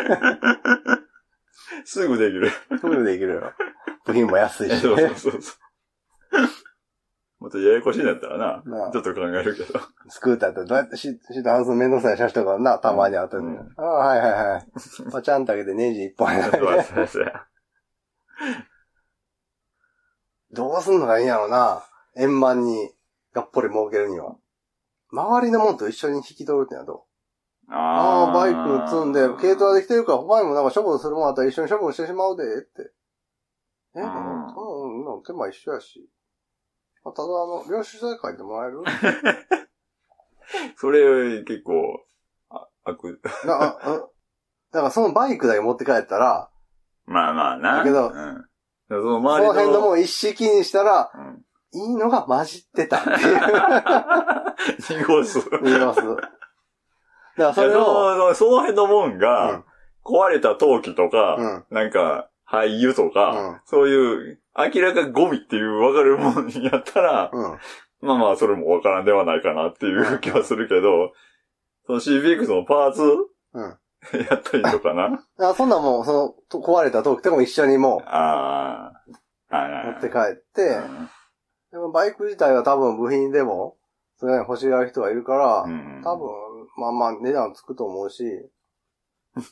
[SPEAKER 2] すぐできる。
[SPEAKER 1] すぐできるよ。部品も安いし、
[SPEAKER 2] そ うそう
[SPEAKER 1] ね。
[SPEAKER 2] そうそう。もっとややこしいんだったらな、
[SPEAKER 1] なあ
[SPEAKER 2] ちょっと考えるけ ど。
[SPEAKER 1] スクーターってどうやってシシート外すのめんどくさい車種とかな、たまにあったり
[SPEAKER 2] うん
[SPEAKER 1] ああ、はいはい はい。パチャンと開けてネジ一本や
[SPEAKER 2] そうやそうやそうや
[SPEAKER 1] どうすんのがいいんやろな。円満に、がっぽり儲けるには。周りのもんと一緒に引き取るってのはどうああ、バイク積んで、軽トラで来てるから、他にもなんか処分するもんあったら一緒に処分してしまうで、って。え、う
[SPEAKER 2] うん
[SPEAKER 1] ん、うん、手間一緒やし。まあただ、あの、領収書で書いてもらえる
[SPEAKER 2] それ、結構、あ悪、
[SPEAKER 1] な、あ、あだからそのバイクだけ持って帰ったら、
[SPEAKER 2] まあまあな。
[SPEAKER 1] だけど
[SPEAKER 2] うん。だからその
[SPEAKER 1] そ
[SPEAKER 2] 周り
[SPEAKER 1] の
[SPEAKER 2] の。
[SPEAKER 1] 辺のもん一式にしたら、
[SPEAKER 2] うん。
[SPEAKER 1] いいのが混じってたっていう、
[SPEAKER 2] 濁す。
[SPEAKER 1] 言い ます。だからそ
[SPEAKER 2] そ
[SPEAKER 1] れを、
[SPEAKER 2] のその辺のもん
[SPEAKER 1] う
[SPEAKER 2] が
[SPEAKER 1] ん、
[SPEAKER 2] 壊れた陶器と
[SPEAKER 1] う
[SPEAKER 2] か、
[SPEAKER 1] ん。
[SPEAKER 2] なんか、廃油とか、
[SPEAKER 1] うん
[SPEAKER 2] そういう、明らかゴミっていう分かるもんやった ら、
[SPEAKER 1] うん。
[SPEAKER 2] まあまあ、それも分からんではないかなっていう気はするけど、その CBX のパーツ
[SPEAKER 1] うん。
[SPEAKER 2] やったりとか な。
[SPEAKER 1] だからそんなんもう、そのと、壊れたトークとかも一緒にも
[SPEAKER 2] ああ。あ
[SPEAKER 1] う、
[SPEAKER 2] あ
[SPEAKER 1] 持って帰
[SPEAKER 2] っ
[SPEAKER 1] って、でもバイク自体は多分部品でも、それなりに欲しがる人がいるから、
[SPEAKER 2] うん。
[SPEAKER 1] 多分、まあまあ値段つくと思うし、 申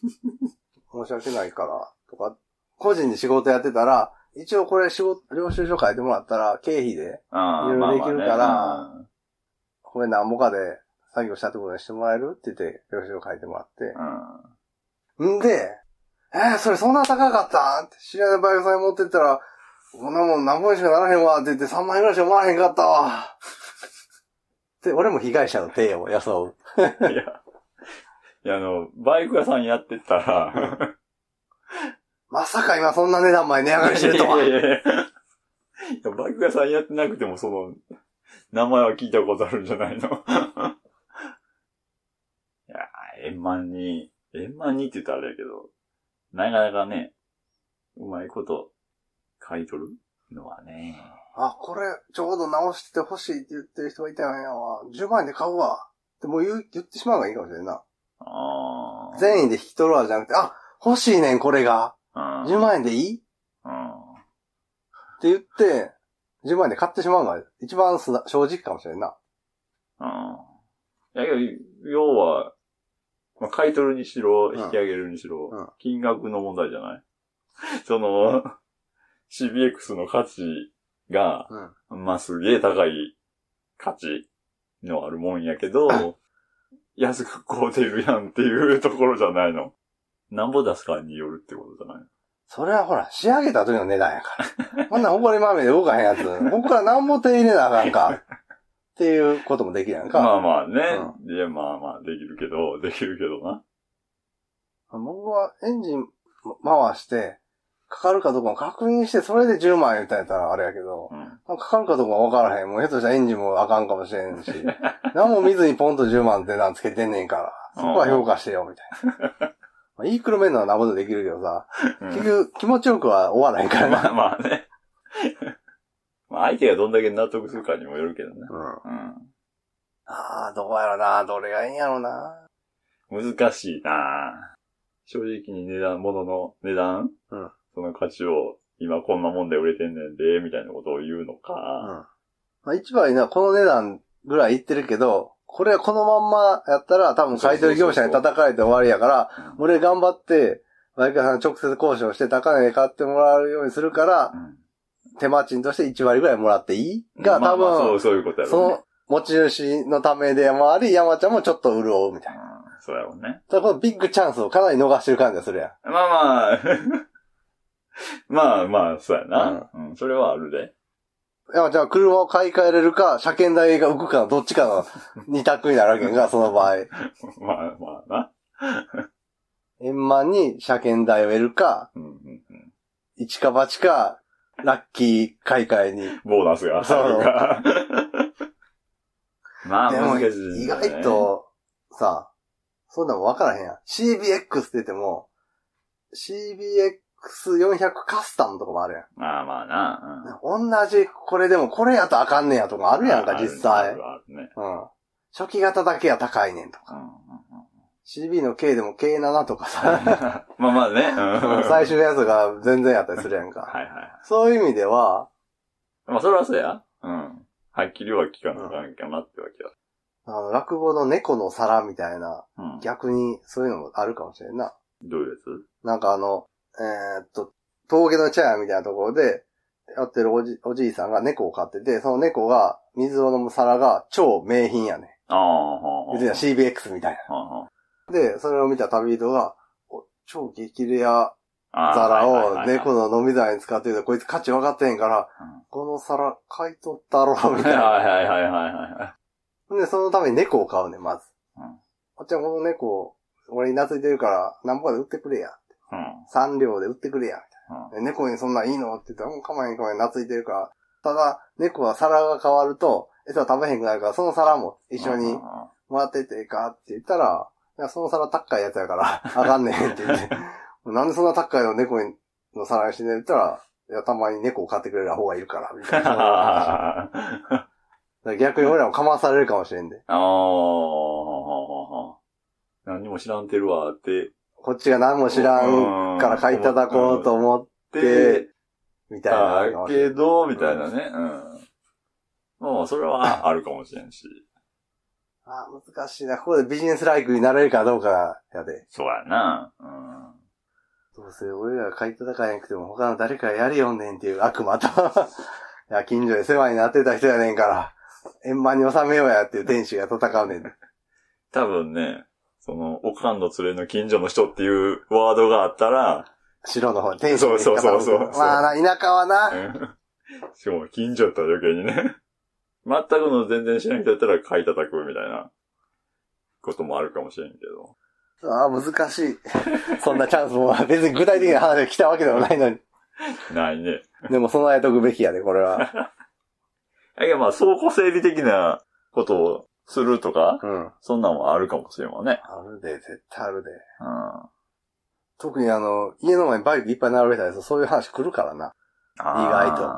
[SPEAKER 1] し訳ないから、とか、個人で仕事やってたら、一応これ仕事、領収書書いてもらったら、経費で、
[SPEAKER 2] あ
[SPEAKER 1] い
[SPEAKER 2] あ、
[SPEAKER 1] ろいろできるから
[SPEAKER 2] まあまあね
[SPEAKER 1] これなんぼかで作業したってことにしてもらえるって言って、領収書書いてもらっ
[SPEAKER 2] うんうん
[SPEAKER 1] て。んで、えー、それそんな高かったんって、知り合いのバイクさんに持ってったら、こんなもん何本しかならへんわって言って3万円ぐらいしか思われへんかったわ。で、俺も被害者の手を装う。
[SPEAKER 2] いや、いや、あの、バイク屋さんやってたら、
[SPEAKER 1] まさか今そんな値段前値上がりしてるとは。
[SPEAKER 2] いやいやいやいやバイク屋さんやってなくても、その、名前は聞いたことあるんじゃないの いや、円満に、円満にって言ったらあれやけど、なかなかね、うまいこと、買い取るのはね、
[SPEAKER 1] あ、これ、ちょうど直してて欲しいって言ってる人がいたんやわ。10万円で買うわ。ってもう言う言ってしまうのがいいかもしれんな。
[SPEAKER 2] あー
[SPEAKER 1] 善意で引き取るわじゃなくて、あ、欲しいねん、これが。
[SPEAKER 2] うん
[SPEAKER 1] 10万円でいいって言
[SPEAKER 2] う
[SPEAKER 1] って、10万円で買ってしまうのが一番すな正直かもしれんな。
[SPEAKER 2] ん。うん。いや、要は、まあ、買い取るにしろ、
[SPEAKER 1] うん
[SPEAKER 2] 引き上げるにしろ、
[SPEAKER 1] うん
[SPEAKER 2] 金額の問題じゃない その、CBX の価値が、
[SPEAKER 1] うん。
[SPEAKER 2] まあ、すげえ高い価値のあるもんやけど、安く買うてるやんっていうところじゃないの。なんぼ出すかによるってことじゃない
[SPEAKER 1] それはほら、仕上げた時の値段やから。 こんなん埃まみれで動かへんやつ。ここから何も手入れなあかんか。っていうこともできるやんか。
[SPEAKER 2] まあまあね。いや、まあまあ、できるけど、できるけどな。
[SPEAKER 1] 僕はエンジン回して、かかるかどうかも確認して、それで10万円みたいなやったらあれやけど、
[SPEAKER 2] うん。
[SPEAKER 1] かかるかどうかも分からへん。もうひょっとしたらエンジンもあかんかもしれん し、何も見ずにポンと10万ってなんつけてんねんから、そこは評価してよ、みたいな。まあ、言いくるめるのはなことできるけどさ、
[SPEAKER 2] うん
[SPEAKER 1] 結局気持ちよくは終わらへんから
[SPEAKER 2] ま
[SPEAKER 1] な。
[SPEAKER 2] あまあね。まあ相手がどんだけ納得するかにもよるけどね。
[SPEAKER 1] うん、
[SPEAKER 2] う
[SPEAKER 1] ああ、どうやろな、どれがいいんやろな。
[SPEAKER 2] ん。難しいな正直に値段、物の値段、
[SPEAKER 1] うん
[SPEAKER 2] その価値を、今こんなもんで売れてんねんで、みたいなことを言うの
[SPEAKER 1] うん。
[SPEAKER 2] か。
[SPEAKER 1] まあ、一番いいのはこの値段ぐらいいってるけど、これはこのまんまやったら多分買い取り業者に叩かれて終わりやから、
[SPEAKER 2] うん
[SPEAKER 1] 俺頑張って、バイク屋さんに直接交渉して高値で買ってもらうようにするから、手間賃として1割ぐらいもらっていいが、
[SPEAKER 2] まあ
[SPEAKER 1] 多
[SPEAKER 2] まあそう、
[SPEAKER 1] 分、
[SPEAKER 2] そういうことや
[SPEAKER 1] そ
[SPEAKER 2] ろうね
[SPEAKER 1] の。持ち主のためでもあり、山ちゃんもちょっと潤うみたいな。
[SPEAKER 2] うんそうやろうね。
[SPEAKER 1] だからこのビッグチャンスをかなり逃してる感じがするやん。
[SPEAKER 2] まあまあ、 まあまあ、そうやな。うん、それはあるで。
[SPEAKER 1] 山ちゃんは車を買い替えれるか、車検代が浮くかのどっちか の二択になるわけやんが、その場合。
[SPEAKER 2] まあまあな。
[SPEAKER 1] 円満に車検代を得るか、
[SPEAKER 2] うんうんうん
[SPEAKER 1] 一か八か、ラッキー買い替えに。
[SPEAKER 2] ボーナスがあるから。 ま あ、
[SPEAKER 1] でも、
[SPEAKER 2] 難しいんだ
[SPEAKER 1] 意
[SPEAKER 2] よ
[SPEAKER 1] 外、
[SPEAKER 2] ね
[SPEAKER 1] と、さ、そんなん分からへんやん。CBX って言っても、CBX400 カスタムとかもあるやん。
[SPEAKER 2] まあまあな。
[SPEAKER 1] 同じ、これでもこれやとあかんねやとかあ
[SPEAKER 2] う
[SPEAKER 1] るやんか、実際。
[SPEAKER 2] あるあるね。
[SPEAKER 1] うん。初期型だけや高いねんと
[SPEAKER 2] うん
[SPEAKER 1] か。
[SPEAKER 2] うん
[SPEAKER 1] CB の K でも K7 とかさ、
[SPEAKER 2] まあまあね。うん
[SPEAKER 1] 最終のやつが全然やったりするやんか。
[SPEAKER 2] はいはい。
[SPEAKER 1] そういう意味では、
[SPEAKER 2] まあ、それはそうや。うん。はっきりは聞かなあかんかなってわけだ。
[SPEAKER 1] あの、落語の猫の皿みたいな、
[SPEAKER 2] うん。
[SPEAKER 1] 逆にそういうのもあるかもしれんな。
[SPEAKER 2] どういうやつ
[SPEAKER 1] なんかあの、えーっと、峠の茶屋みたいなところで、やってるおじ、おじいさんが猫を飼ってて、その猫が、水を飲む皿が超名品やね。
[SPEAKER 2] ああ、
[SPEAKER 1] 言ってた CBX みたい
[SPEAKER 2] あ
[SPEAKER 1] な。で、それを見た旅人が、お超激レア
[SPEAKER 2] あ
[SPEAKER 1] 皿を
[SPEAKER 2] の
[SPEAKER 1] 猫の飲み皿に使ってて、こいつ価値分かってへんから
[SPEAKER 2] うん、
[SPEAKER 1] この皿買い取ったろ、みたいな。
[SPEAKER 2] はいはいはいはいは
[SPEAKER 1] で、そのために猫を買うねん、まず
[SPEAKER 2] うん。
[SPEAKER 1] おっちゃんこの猫、俺に懐いてるから、何ぼかで売ってくれや。
[SPEAKER 2] いはい。
[SPEAKER 1] 三両で売ってくれや、みたいな。で猫にそんなんいいのって言ったら、うん、かまへんかまへん、懐いてるから。ただ、猫は皿が変わると、餌食べへんくなるから、その皿も
[SPEAKER 2] うん。
[SPEAKER 1] 一緒
[SPEAKER 2] う
[SPEAKER 1] に
[SPEAKER 2] ん
[SPEAKER 1] もらってっていいかって言ったら、いや、その皿高いやつやから、 あかんねんって言って。なんでそんな高いの猫にの皿にしてんねんって言ったら、いや、たまに猫を飼ってくれる方がいるから、みたいな。だ か
[SPEAKER 2] ああ。
[SPEAKER 1] ら逆に俺らもかまされるかもしれんで。
[SPEAKER 2] ああ。何も知らんてるわって。
[SPEAKER 1] こっちが何も知らん
[SPEAKER 2] ん
[SPEAKER 1] から買い叩こうと思っ、
[SPEAKER 2] って
[SPEAKER 1] みたいなの
[SPEAKER 2] だ
[SPEAKER 1] かもしれん。
[SPEAKER 2] けど、みたいなね。うん。もう、それはあるかもしれんし。
[SPEAKER 1] あー、難しいな。ここでビジネスライクになれるかどうかやで。
[SPEAKER 2] そうやな。うん。
[SPEAKER 1] どうせ俺らが買い叩かなくても他の誰かやりよんねんっていう悪魔と。い や、近所で世話になってた人やねんから、円満に収めようやっていう天使が戦うねん。
[SPEAKER 2] 多分ね、その、おかんの連れの近所の人っていうワードがあったら、
[SPEAKER 1] 白の方に天使
[SPEAKER 2] そうそうそうそう
[SPEAKER 1] まあな、田舎は
[SPEAKER 2] う
[SPEAKER 1] な。
[SPEAKER 2] ん しかも近所やったら余計にね。全くの全然知らん人やったら買い叩くみたいなこともあるかもしれんけど。
[SPEAKER 1] ああ、難しい。 そんなチャンスも別に具体的な話が来たわけでもないのに。
[SPEAKER 2] ないね。
[SPEAKER 1] でも備えとくべきやで、これは。
[SPEAKER 2] だけどまあ、倉庫整理的なことをするとか、
[SPEAKER 1] うん。
[SPEAKER 2] そんなんはあるかもしれんわね。
[SPEAKER 1] あるで、絶対あるで。
[SPEAKER 2] うん。
[SPEAKER 1] 特にあの、家の前にバイクいっぱい並べたりするそういう話来るからな。意外と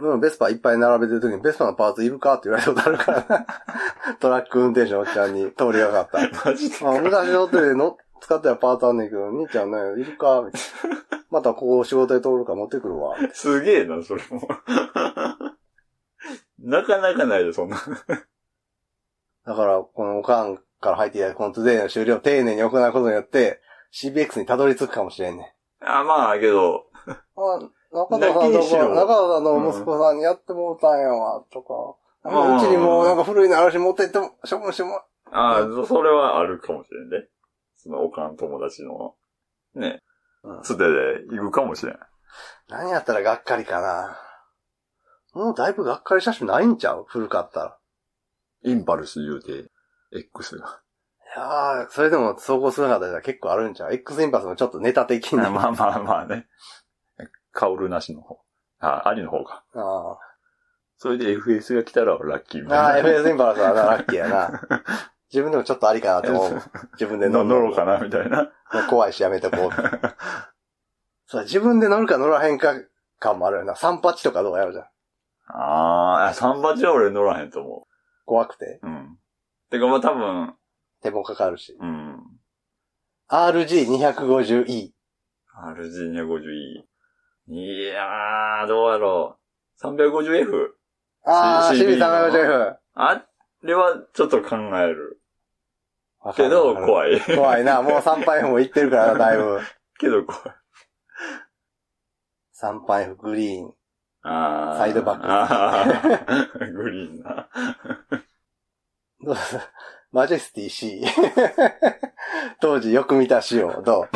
[SPEAKER 1] うん、ベスパいっぱい並べてる時にベスパのパーツいるかって言われたことあるからな。 トラック運転手のおっちゃんに通りがかった。
[SPEAKER 2] と。 マジでか。
[SPEAKER 1] あ、昔乗ってての、使ってたパーツあんねんけど、兄ちゃんね、いるかみたいな。またここ仕事で通るから持ってくるわ。
[SPEAKER 2] すげえな、それも。 なかなかないで、そんな。
[SPEAKER 1] だから、このおかんから入っていただいたこのトゥデイの終了を丁寧に行うことによって、CBX にたどり着くかもしれんね。
[SPEAKER 2] あ、まあ、けど、
[SPEAKER 1] あ、中田さん
[SPEAKER 2] 泣き
[SPEAKER 1] の、
[SPEAKER 2] にしろ
[SPEAKER 1] 中田さんの息子さんにやってもうたんやわ、とか。
[SPEAKER 2] うん
[SPEAKER 1] なんかうちにもなんか古いのあるし持ってっても、処分しても。
[SPEAKER 2] ああ、それはあるかもしれんね。その、おかん友達の、ね、
[SPEAKER 1] うん
[SPEAKER 2] つてで行くかもしれん。
[SPEAKER 1] 何やったらがっかりかな。もうだいぶがっかり写真ないんちゃう古かったら。
[SPEAKER 2] インパルス言うて、X が。
[SPEAKER 1] いやー、それでも走行する方じゃ結構あるんちゃう ?X インパスもちょっとネタ的 に。
[SPEAKER 2] まあまあまあね。カオルなしの方。あ、ありの方か。
[SPEAKER 1] あ
[SPEAKER 2] それで FS が来たらラッキーみ
[SPEAKER 1] ーあ
[SPEAKER 2] た
[SPEAKER 1] ー、
[SPEAKER 2] いな。
[SPEAKER 1] FS インパスはな、ラッキーやな。自分でもちょっとありかなと思う。自分で
[SPEAKER 2] の
[SPEAKER 1] ん
[SPEAKER 2] 乗ろうかな、みたいな。
[SPEAKER 1] もう怖いしやめとこう。 そう、自分で乗るか乗らへんか感もあるよな。38とかどうやるじゃん。
[SPEAKER 2] ああ、38は俺乗らへんと思
[SPEAKER 1] 怖くて。
[SPEAKER 2] う。うん。てかまあ多分、
[SPEAKER 1] 手もかかるし。
[SPEAKER 2] うん。
[SPEAKER 1] RG250E。
[SPEAKER 2] RG250E。いやー、どうやろう。350F?
[SPEAKER 1] あー、
[SPEAKER 2] C- CB の
[SPEAKER 1] CB350F。
[SPEAKER 2] あれはちょっと考える。けど、
[SPEAKER 1] い。
[SPEAKER 2] 怖い。
[SPEAKER 1] 怖いな。もう参拝も行ってるからな、だいぶ。
[SPEAKER 2] けど怖い。
[SPEAKER 1] 参拝服グリーン。
[SPEAKER 2] あー
[SPEAKER 1] サイドバック
[SPEAKER 2] あー グリーンな。
[SPEAKER 1] どうすマジェスティ C。当時よく見た仕様。ど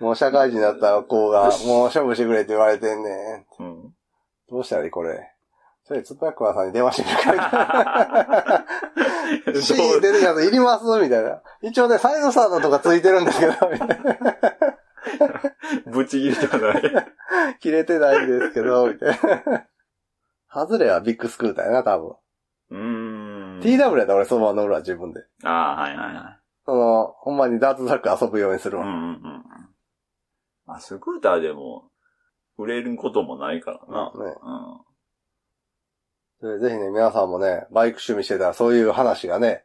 [SPEAKER 1] う もう社会人だった子が、もう勝負してくれって言われてんねん。
[SPEAKER 2] うん。
[SPEAKER 1] どうしたらいいこれ。それ、つばくわさんに電話してみる か。C 出てきたのいりますみたいな。一応ね、サイドサードとかついてるんです けど、みたいな。
[SPEAKER 2] ぶち切れたない。
[SPEAKER 1] 切れてないんですけど、みたいな。ハズレはビッグスクーターやな、多分。
[SPEAKER 2] うーん。
[SPEAKER 1] TW やったら俺そのまま乗るわ、自分で。
[SPEAKER 2] ああ、はいはいはい。
[SPEAKER 1] その、ほんまにダーツザック遊ぶようにする
[SPEAKER 2] うん
[SPEAKER 1] わ。
[SPEAKER 2] うんうん。まあ、スクーターでも、売れることもないからな。
[SPEAKER 1] ね
[SPEAKER 2] うん。
[SPEAKER 1] それぜひね、皆さんもね、バイク趣味してたらそういう話がね、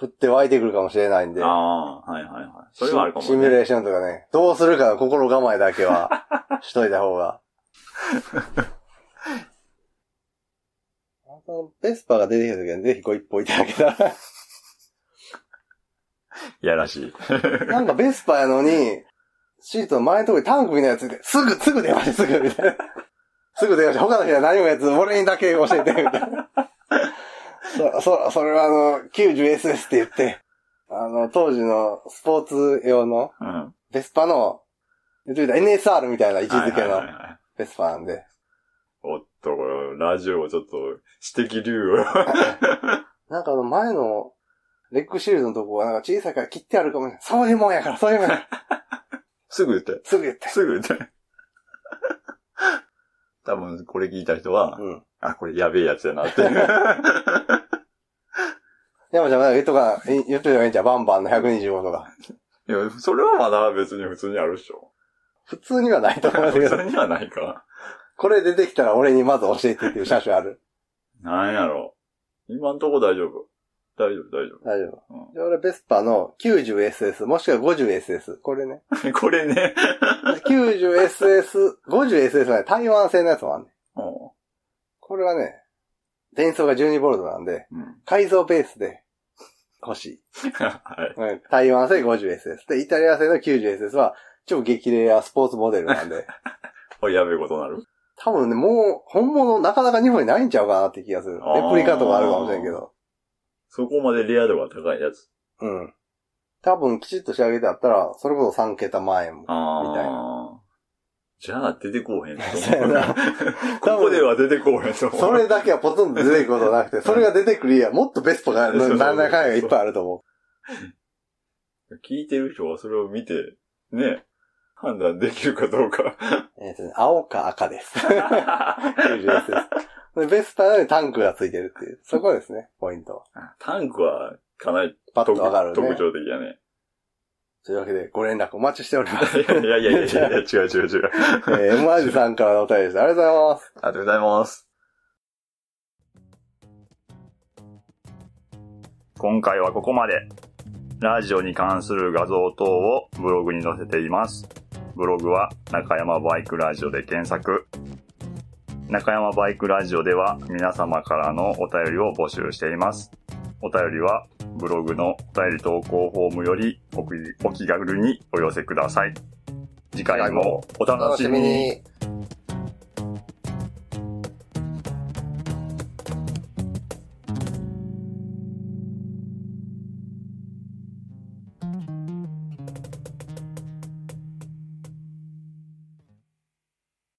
[SPEAKER 1] 降って湧いてくるかもしれないんで。
[SPEAKER 2] ああ、はいはいはい。それはあるかも
[SPEAKER 1] シシミュ
[SPEAKER 2] ね。
[SPEAKER 1] レーションとかね、どうするかの心構えだけ はしといた方が。あのベスパが出てきた時はぜひご一歩いただけたら。
[SPEAKER 2] いやらしい。
[SPEAKER 1] なんかベスパやのに、シートの前のとこにタンクみたいなやついて、すぐ、すぐ出ました、すぐ、みたいな。すぐ出ました、他の人は何もやつ、俺にだけ教えて、みたいな。そ、そ、それはあの、90SS って言って、あの、当時のスポーツ用の、
[SPEAKER 2] うん。
[SPEAKER 1] ベスパの、言ってみたら NSR みたいな位置づけ
[SPEAKER 2] はいはい
[SPEAKER 1] の
[SPEAKER 2] はいはい
[SPEAKER 1] ベスパなんで。
[SPEAKER 2] おっと、これラジオをちょっと、指摘流を。
[SPEAKER 1] なんかあの前の、レッグシールドのとこはなんか小さいから切ってあるかもしれない。そういうもんやから、そういうもん や。
[SPEAKER 2] すぐ言って。
[SPEAKER 1] すぐ言って。
[SPEAKER 2] すぐ言って。多分、これ聞いた人は、
[SPEAKER 1] うん。
[SPEAKER 2] あ、これやべえやつやな って。
[SPEAKER 1] 山ちゃんまだ言っとかな、い言っといた方がいいんちゃうバンバンの125とか。
[SPEAKER 2] いや、それはまだ別に普通にあるでし ょ。
[SPEAKER 1] 普通にはないと思いますけ
[SPEAKER 2] 普
[SPEAKER 1] ど、
[SPEAKER 2] 通にはないか。
[SPEAKER 1] これ出てきたら俺にまず教えてっていう車種あ る。
[SPEAKER 2] なんやろ。今んとこ大丈夫。大丈夫、大丈
[SPEAKER 1] 大丈夫。
[SPEAKER 2] 夫。
[SPEAKER 1] で、俺ベスパの 90SS、もしくは 50SS。これね。
[SPEAKER 2] うん、 これね。
[SPEAKER 1] 90SS、50SS はね、台湾製のやつもあるね。
[SPEAKER 2] う
[SPEAKER 1] これはね、電装が 12V なんで、
[SPEAKER 2] ん うん。
[SPEAKER 1] 改造ベースで欲しい。
[SPEAKER 2] はい。
[SPEAKER 1] うん台湾製 50SS。で、イタリア製の 90SS は超激レアスポーツモデルなん で、
[SPEAKER 2] これやべえことになる。
[SPEAKER 1] 多分ね、もう本物なかなか日本にないんちゃうかなって気がする。レ
[SPEAKER 2] あー
[SPEAKER 1] プリカとかあるかもしれんけど。
[SPEAKER 2] そこまでレア度が高いやつ。
[SPEAKER 1] うん。多分きちっと仕上げてあったら、それこそ3桁前も。
[SPEAKER 2] ああ。
[SPEAKER 1] みたい
[SPEAKER 2] じゃあ出てこうへんと
[SPEAKER 1] そうや
[SPEAKER 2] 思
[SPEAKER 1] な
[SPEAKER 2] う。 ここでは出てこうへんと思う。
[SPEAKER 1] それだけはポツンと出てくること はなくて、それが出てくるや、もっとベストが、
[SPEAKER 2] そうそう
[SPEAKER 1] なんだかんやいっぱいあると思う。
[SPEAKER 2] 聞いてる人はそれを見て、ね、判断できるかど うか。
[SPEAKER 1] えっ、とね、青か赤です。90SS。でベスパなのにタンクがついてるっていう。そこですね、ポイントは。
[SPEAKER 2] タンクはかなり
[SPEAKER 1] パッと
[SPEAKER 2] 特,、
[SPEAKER 1] わかるね。
[SPEAKER 2] 特徴的やね。
[SPEAKER 1] というわけで、ご連絡お待ちしております。
[SPEAKER 2] いやいやいやいやいや、違う違う違
[SPEAKER 1] え
[SPEAKER 2] う。
[SPEAKER 1] ー、M アジさんからのお便りです。ありがとうございます。
[SPEAKER 2] ありがとうございます。今回はここまで。ラジオに関する画像等をブログに載せています。ブログは中山バイクラジオで検索。中山バイクラジオでは皆様からのお便りを募集しています。お便りはブログのお便り投稿フォームよりお気お気軽にお寄せください。次回もお楽しみに。
[SPEAKER 1] に。